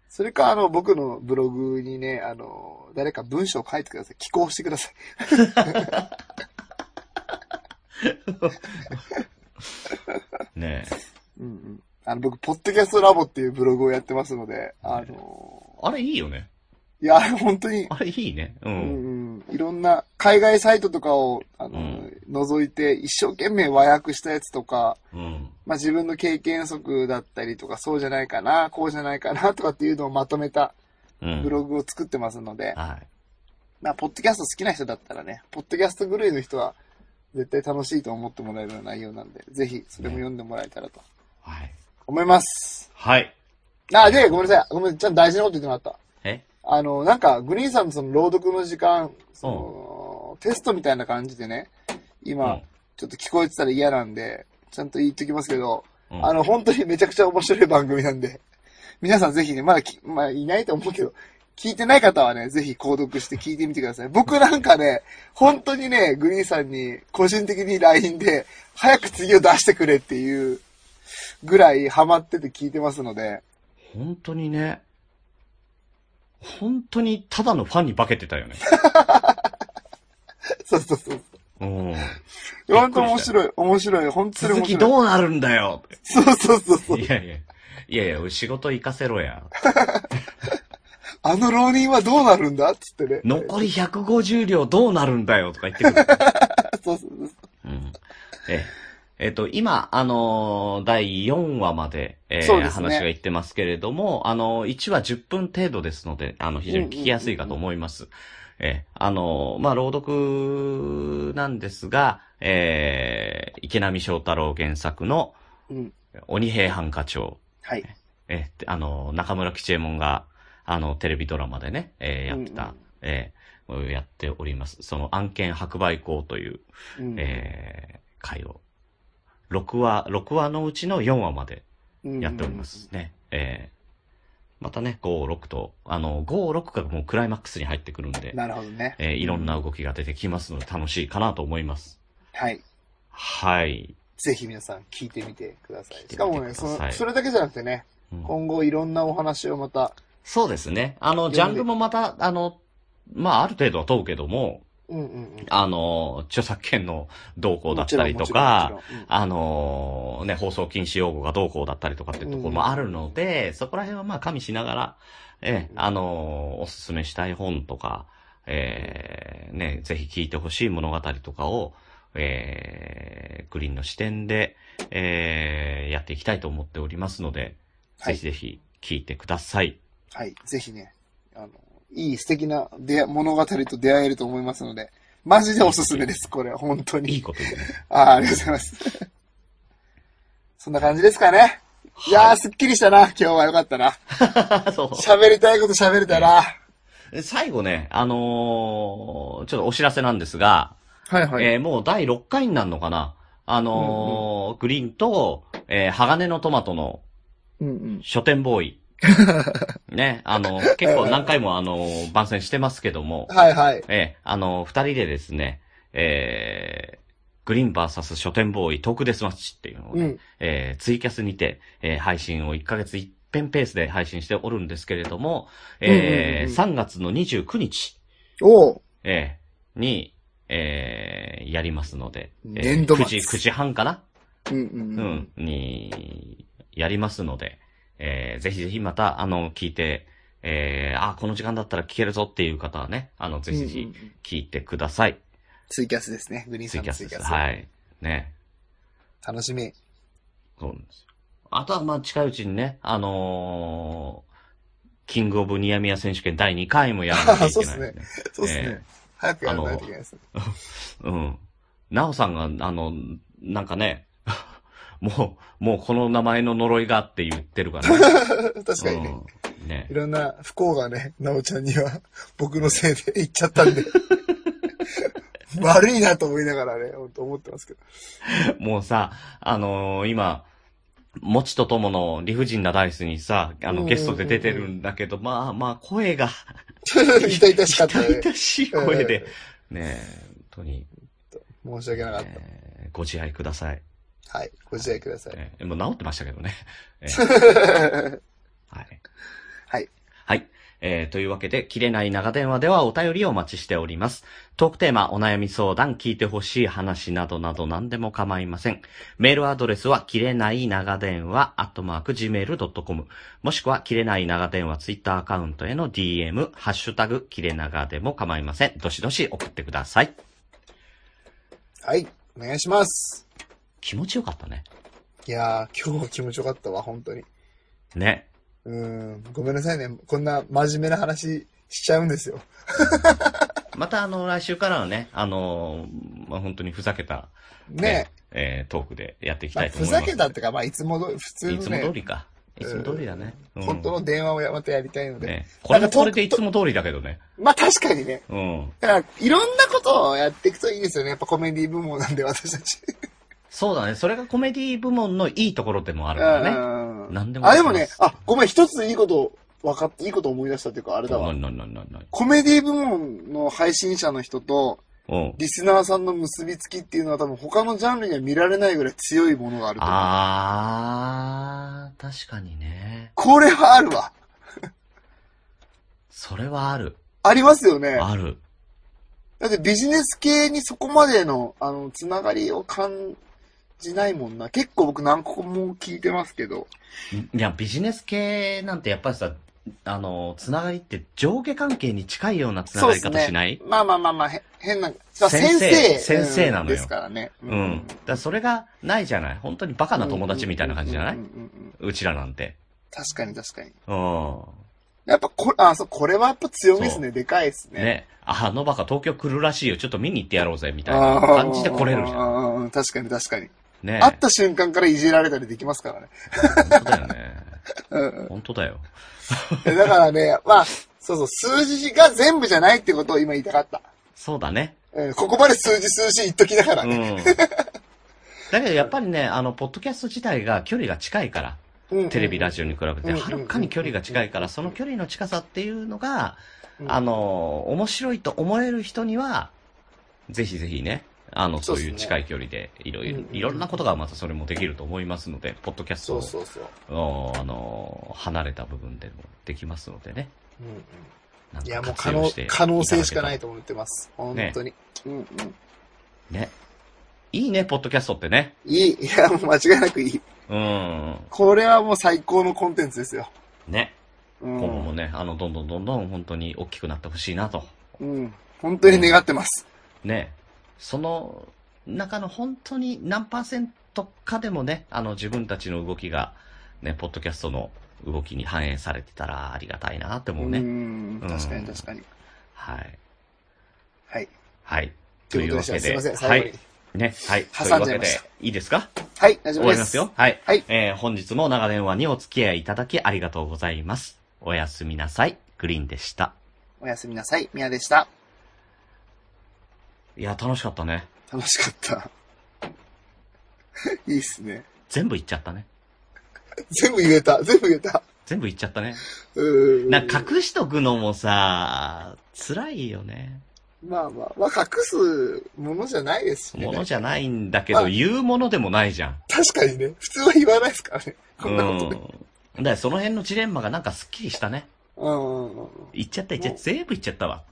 S3: それか、あの、僕のブログにね、あの、誰か文章を書いてください。寄稿してください。
S2: ね
S3: うんうん。あの、僕、ポッドキャストラボっていうブログをやってますので、あの、
S2: あれいいよね。
S3: いや、あれ本当に、
S2: あれいいね。う。
S3: うんんうん。いろんな、海外サイトとかを、あの、
S2: うん
S3: 覗いて、一生懸命和訳したやつとか、
S2: うん。
S3: まあ、自分の経験則だったりとか、そうじゃないかな、こうじゃないかな、とかっていうのをまとめた
S2: うん。
S3: ブログを作ってますので、
S2: はい。
S3: まあ、ポッドキャスト好きな人だったらね、ポッドキャスト狂いの人は、絶対楽しいと思ってもらえるような内容なんで、ぜひ、それも読んでもらえたらと
S2: はい。
S3: 思います。
S2: はい。
S3: あ、で、ごめんなさい。ごめん、ちゃんと大事なこと言ってもらった。
S2: え
S3: あの、なんか、グリーンさんのその朗読の時間、その、テストみたいな感じでね、今、
S2: うん
S3: ちょっと聞こえてたら嫌なんで、ちゃんと言っときますけど、
S2: うん
S3: あの、本当にめちゃくちゃ面白い番組なんで、皆さんぜひね、まだき、まあ、いないと思うけど、聞いてない方はね、ぜひ購読して聞いてみてください。僕なんかね、本当にね、グリーンさんに個人的に LINE で、早く次を出してくれっていうぐらいハマってて聞いてますので、
S2: 本当にね、本当にただのファンに化けてたよ ね。
S3: そうそうそう。
S2: うん。
S3: 本当面白い、面白い、本当に
S2: 続
S3: 面白
S2: き
S3: い。
S2: どうなるんだよ
S3: そうそうそうそう。
S2: いやいや。いやいや、俺仕事行かせろや。
S3: あの浪人はどうなるんだっつってね。
S2: 残り150両どうなるんだよとか言ってくる。
S3: そうそうそう。
S2: うん。えええっと、今、あのー第4話まで、えー
S3: そうですね
S2: 話がいってますけれども、あのー1話10分程度ですので、あの、非常に聞きやすいかと思います。えーあのーまあ、朗読なんですが、えー池波正太郎原作の、
S3: うん。
S2: 鬼平犯科帳、
S3: はい。
S2: えーあのー中村吉右衛門が、あの、テレビドラマでね、えーやってた、
S3: うんうん
S2: えーやっております。その案件白売校という、
S3: うん
S2: えー、回を、6話、6話のうちの4話までやっておりま。すね。えー、またね、5、6と、あの、5、6がもうクライマックスに入ってくるんで、
S3: なるほどね。
S2: えーいろんな動きが出てきますので楽しいかなと思います。
S3: はい。
S2: はい。
S3: ぜひ皆さん聞いてみてくださ
S2: 聞いてみ
S3: い。
S2: て
S3: しかも
S2: くだ
S3: ね、そ
S2: さい
S3: の、それだけじゃなくてね、
S2: うん
S3: 今後いろんなお話をまた、
S2: そうですね。あの、ジャンルもまた、あの、まあ、ある程度は問うけども、
S3: うんうんうん。
S2: あの、著作権の動向だ
S3: も
S2: っ
S3: ち
S2: た
S3: ろん
S2: りと
S3: もちろん
S2: か、
S3: もちろんうん
S2: あのーね、放送禁止用語がどうこうだったりとかっていうところもあるので、そこら辺はまあ加味しながら、ええ
S3: うん
S2: あのーおすすめしたい本とか、ええね、ぜひ聞いてほしい物語とかを、ええグリーンの視点で、ええやっていきたいと思っておりますので、
S3: はい
S2: ぜひぜひ聞いてください。
S3: はい。ぜひね、あの、いい素敵な出会物語と出会えると思いますので、マジでおすすめです、これ、本当
S2: いい
S3: に。
S2: こと言うね。
S3: あーありがとうございます。そんな感じですかね。いやー、すっきりしたな。今日はよかったな。
S2: そう。
S3: 喋りたいこと喋れたな。
S2: 最後ね、あのーちょっとお知らせなんですが、
S3: はい
S2: えーもう第6回になるのかなあのーグリーンと、えー鋼のトマトの
S3: うんうん。
S2: 書店ボーイ。ね、あの、結構何回もあのー番宣してますけども、
S3: はいはい。
S2: えーあのー二人でですね、えーグリーンバーサス書店ボーイトークデスマッチっていうのを
S3: う
S2: ね、
S3: ん。
S2: えーツイキャスにて、えー配信を1ヶ月一遍ペースで配信しておるんですけれども、えー
S3: うんうんうんうん
S2: 3月の29日、
S3: おう
S2: ええに、ええやりますので、ええ
S3: 年度末
S2: 9時、9時半かな
S3: うんうん
S2: う
S3: うんん。、
S2: に、やりますので、えーぜひぜひまた、あの、聞いて、えーあ、この時間だったら聞けるぞっていう方はね、あの、ぜひぜ
S3: うん
S2: ひ
S3: うんうん
S2: 聞いてください。
S3: ツイキャスですね。グリーン
S2: ツ
S3: さ
S2: イ
S3: ん
S2: キャ
S3: の
S2: ス
S3: ツイ
S2: です。
S3: キャス。
S2: はい。ね。
S3: 楽しみ。
S2: そうなんですよ。あとは、まあ、近いうちにね、あのーキングオブニヤミヤ選手権第2回もやらなきゃいけない、
S3: そうっすそうですね。早くやらないといけないですね。
S2: うん。なおさんが、あの、なんかね、 もう、もうこの名前の呪いがって言ってるからね。
S3: 確かにね。
S2: うんね
S3: いろんな不幸がね、なおちゃんには、 僕のせいで 言っちゃったんで。悪いなと思いながらね、ほんと思ってま すけど。
S2: もうさ、あのー今、もちとともの理不尽なダイスにさ、あ
S3: うんうんうんう
S2: の、
S3: ん
S2: ゲストで出てるんだけど、まあまあ、声が、
S3: 痛々しかったね
S2: 痛。々しい声で、ねえ、本当に、
S3: 申し訳なかっ
S2: えーご自愛ください。
S3: た。はい。ご自愛ください。
S2: えーもう治ってましたけどね。えーはい。
S3: はい。
S2: はい。えーというわけで、切れない長電話ではお便りをお待ちしております。トークテーマ、お悩み相談、聞いてほしい話などなど何でも構いません。メールアドレスは、切れない長電話、アットマーク、gmail.com。もしくは、切れない長電話、ツイッターアカウントへの DM、ハッシュタグ、切れ長でも構いません。どしどし送ってください。
S3: はい。お願いします。
S2: 気持ちよかったね。
S3: いやー、今日は気持ちよかったわ、本当に。
S2: ね。
S3: うーん。ごめんなさいね。こんな真面目な話しちゃうんですよ。
S2: また、あの、来週からはね、あのーまあ、本当にふざけた、
S3: ね
S2: えートークでやっていき
S3: ま
S2: た
S3: あ、
S2: いと思
S3: ふ
S2: います。
S3: ざけたってか、まあ、いつもど普通の
S2: いつも通
S3: ね、
S2: りか。いつも通りだね。うん
S3: 本当の電話をやまたやりたいので。
S2: ね。これもこれでいつも通りだけどね。
S3: まあ、確かにね。
S2: うん。
S3: だから、いろんなことをやっていくといいですよね。やっぱコメディ部門なんで、私たち。
S2: そうだね。それがコメディ部門のいいところでもあるからね。
S3: うん
S2: 何でも
S3: あ、でもね、あ、ごめん、一ついいこと分かって、いいこと思い出したっていうか、あれだ
S2: な
S3: わ
S2: に。なになになになに
S3: コメディ部門の配信者の人と、
S2: うん。
S3: リスナーさんの結びつきっていうのは多分他のジャンルには見られないぐらい強いものがあると思う。
S2: あー、確かにね。
S3: これはあるわ。
S2: それはある。
S3: ありますよね。
S2: ある。
S3: だってビジネス系にそこまでの、あの、つながりを感じないもんな。結構僕何個も聞いてますけど。
S2: いや、ビジネス系なんてやっぱりさ、あの、つながりって上下関係に近いようなつながり
S3: そう
S2: 方
S3: ですね
S2: しない
S3: まあまあまあまあ、へ変な、まあ
S2: 先
S3: 先
S2: 生
S3: 生。
S2: 先生なのよ
S3: ですからね。
S2: うん。だからそれがないじゃない本当にバカな友達みたいな感じじゃない
S3: うんうんうんうん
S2: うちらなんて。
S3: 確かに確かに。
S2: うん。
S3: やっぱこれ、あ、そう、これはやっぱ強みですね。でかいですね。
S2: ね、あのバカ東京来るらしいよ、ちょっと見に行ってやろうぜ、みたいな感じで来れるじゃん。
S3: ゃん。確かに確かに。
S2: ね
S3: 会った瞬間からいじられたりできますからね。
S2: 本当だよね。
S3: うんうん
S2: 本当だよ。
S3: えだからね、まあ、そうそう、数字が全部じゃないってことを今言いたかった。
S2: そうだね。
S3: うん、ここまで数字数字言っときながら
S2: う
S3: ね。
S2: ん。だけどやっぱりね、あの、ポッドキャスト自体が距離が近いから、
S3: うん
S2: テレビ、ラ
S3: ジ
S2: ジオに比べて、
S3: うん
S2: はるかに距離が近いから、その距離の近さっていうのが、あ
S3: の、
S2: の、面白いと思える人には、ぜひぜひね、あの、そう
S3: そ
S2: う
S3: っすね
S2: いう近い距離で、いろいろ
S3: うんう、ん
S2: いろんなことがまたそれもできると思いますので、ポッドキャスト
S3: そ
S2: を
S3: うそうそう。
S2: おあの、離れた部分でもできますのでね。
S3: うんうん
S2: なん
S3: い
S2: か
S3: や、もう可
S2: 活用
S3: 能
S2: して、
S3: 可能性しかな
S2: た
S3: い
S2: だ
S3: と思ってます。本当に。うんうん。
S2: けたらね。いいね、ポッドキャストってね。
S3: いい。いや、もう間違いなくいい。
S2: うん。
S3: これはもう最高のコンテンツですよ。
S2: ね。
S3: う
S2: 今後も
S3: ん。
S2: ね、あの、どんどんどんどん本当に大きくなってほしいなと。
S3: うん。本当に願ってます。
S2: ね。その中の本当に何パーセントかでもね、あの、自分たちの動きが、ね、ポッドキャストの動きに反映されてたらありがたいなって思うね。
S3: ん
S2: うん
S3: 確かに確かに。
S2: はい。
S3: はい。
S2: はい。
S3: ということでした。すいません、最後に。
S2: はい。ね。はい。
S3: 挟んじゃいま
S2: という
S3: し
S2: わけ
S3: た
S2: で、いいですか
S3: はい、大丈
S2: 終わ
S3: 夫で。
S2: りますすよ。。はい。
S3: はい
S2: えー本日も長電話にお付き合いいただきありがとうございます。おやすみなさい。グリーンでした。
S3: おやすみなさい。みやでした。
S2: いや、楽しかったね。
S3: 楽しかった。 いいっすね。
S2: 全部言っちゃったね。
S3: 全部言えた。全部言えた。
S2: 全部言っちゃったね。
S3: うーん。
S2: なんか隠しとくのもさ、辛いよね。
S3: まあまあ、まあ、隠すものじゃないですしね。
S2: ものじゃないんだけど、
S3: あ
S2: 言うものでもないじゃん。
S3: 確かにね。普通は言わないですからね。こ
S2: うんん。
S3: なことね。
S2: だからその辺のジレンマがなんかスッキリしたね。
S3: うんうんうん。
S2: 言っちゃった、言っちゃった、全部言っちゃったわ。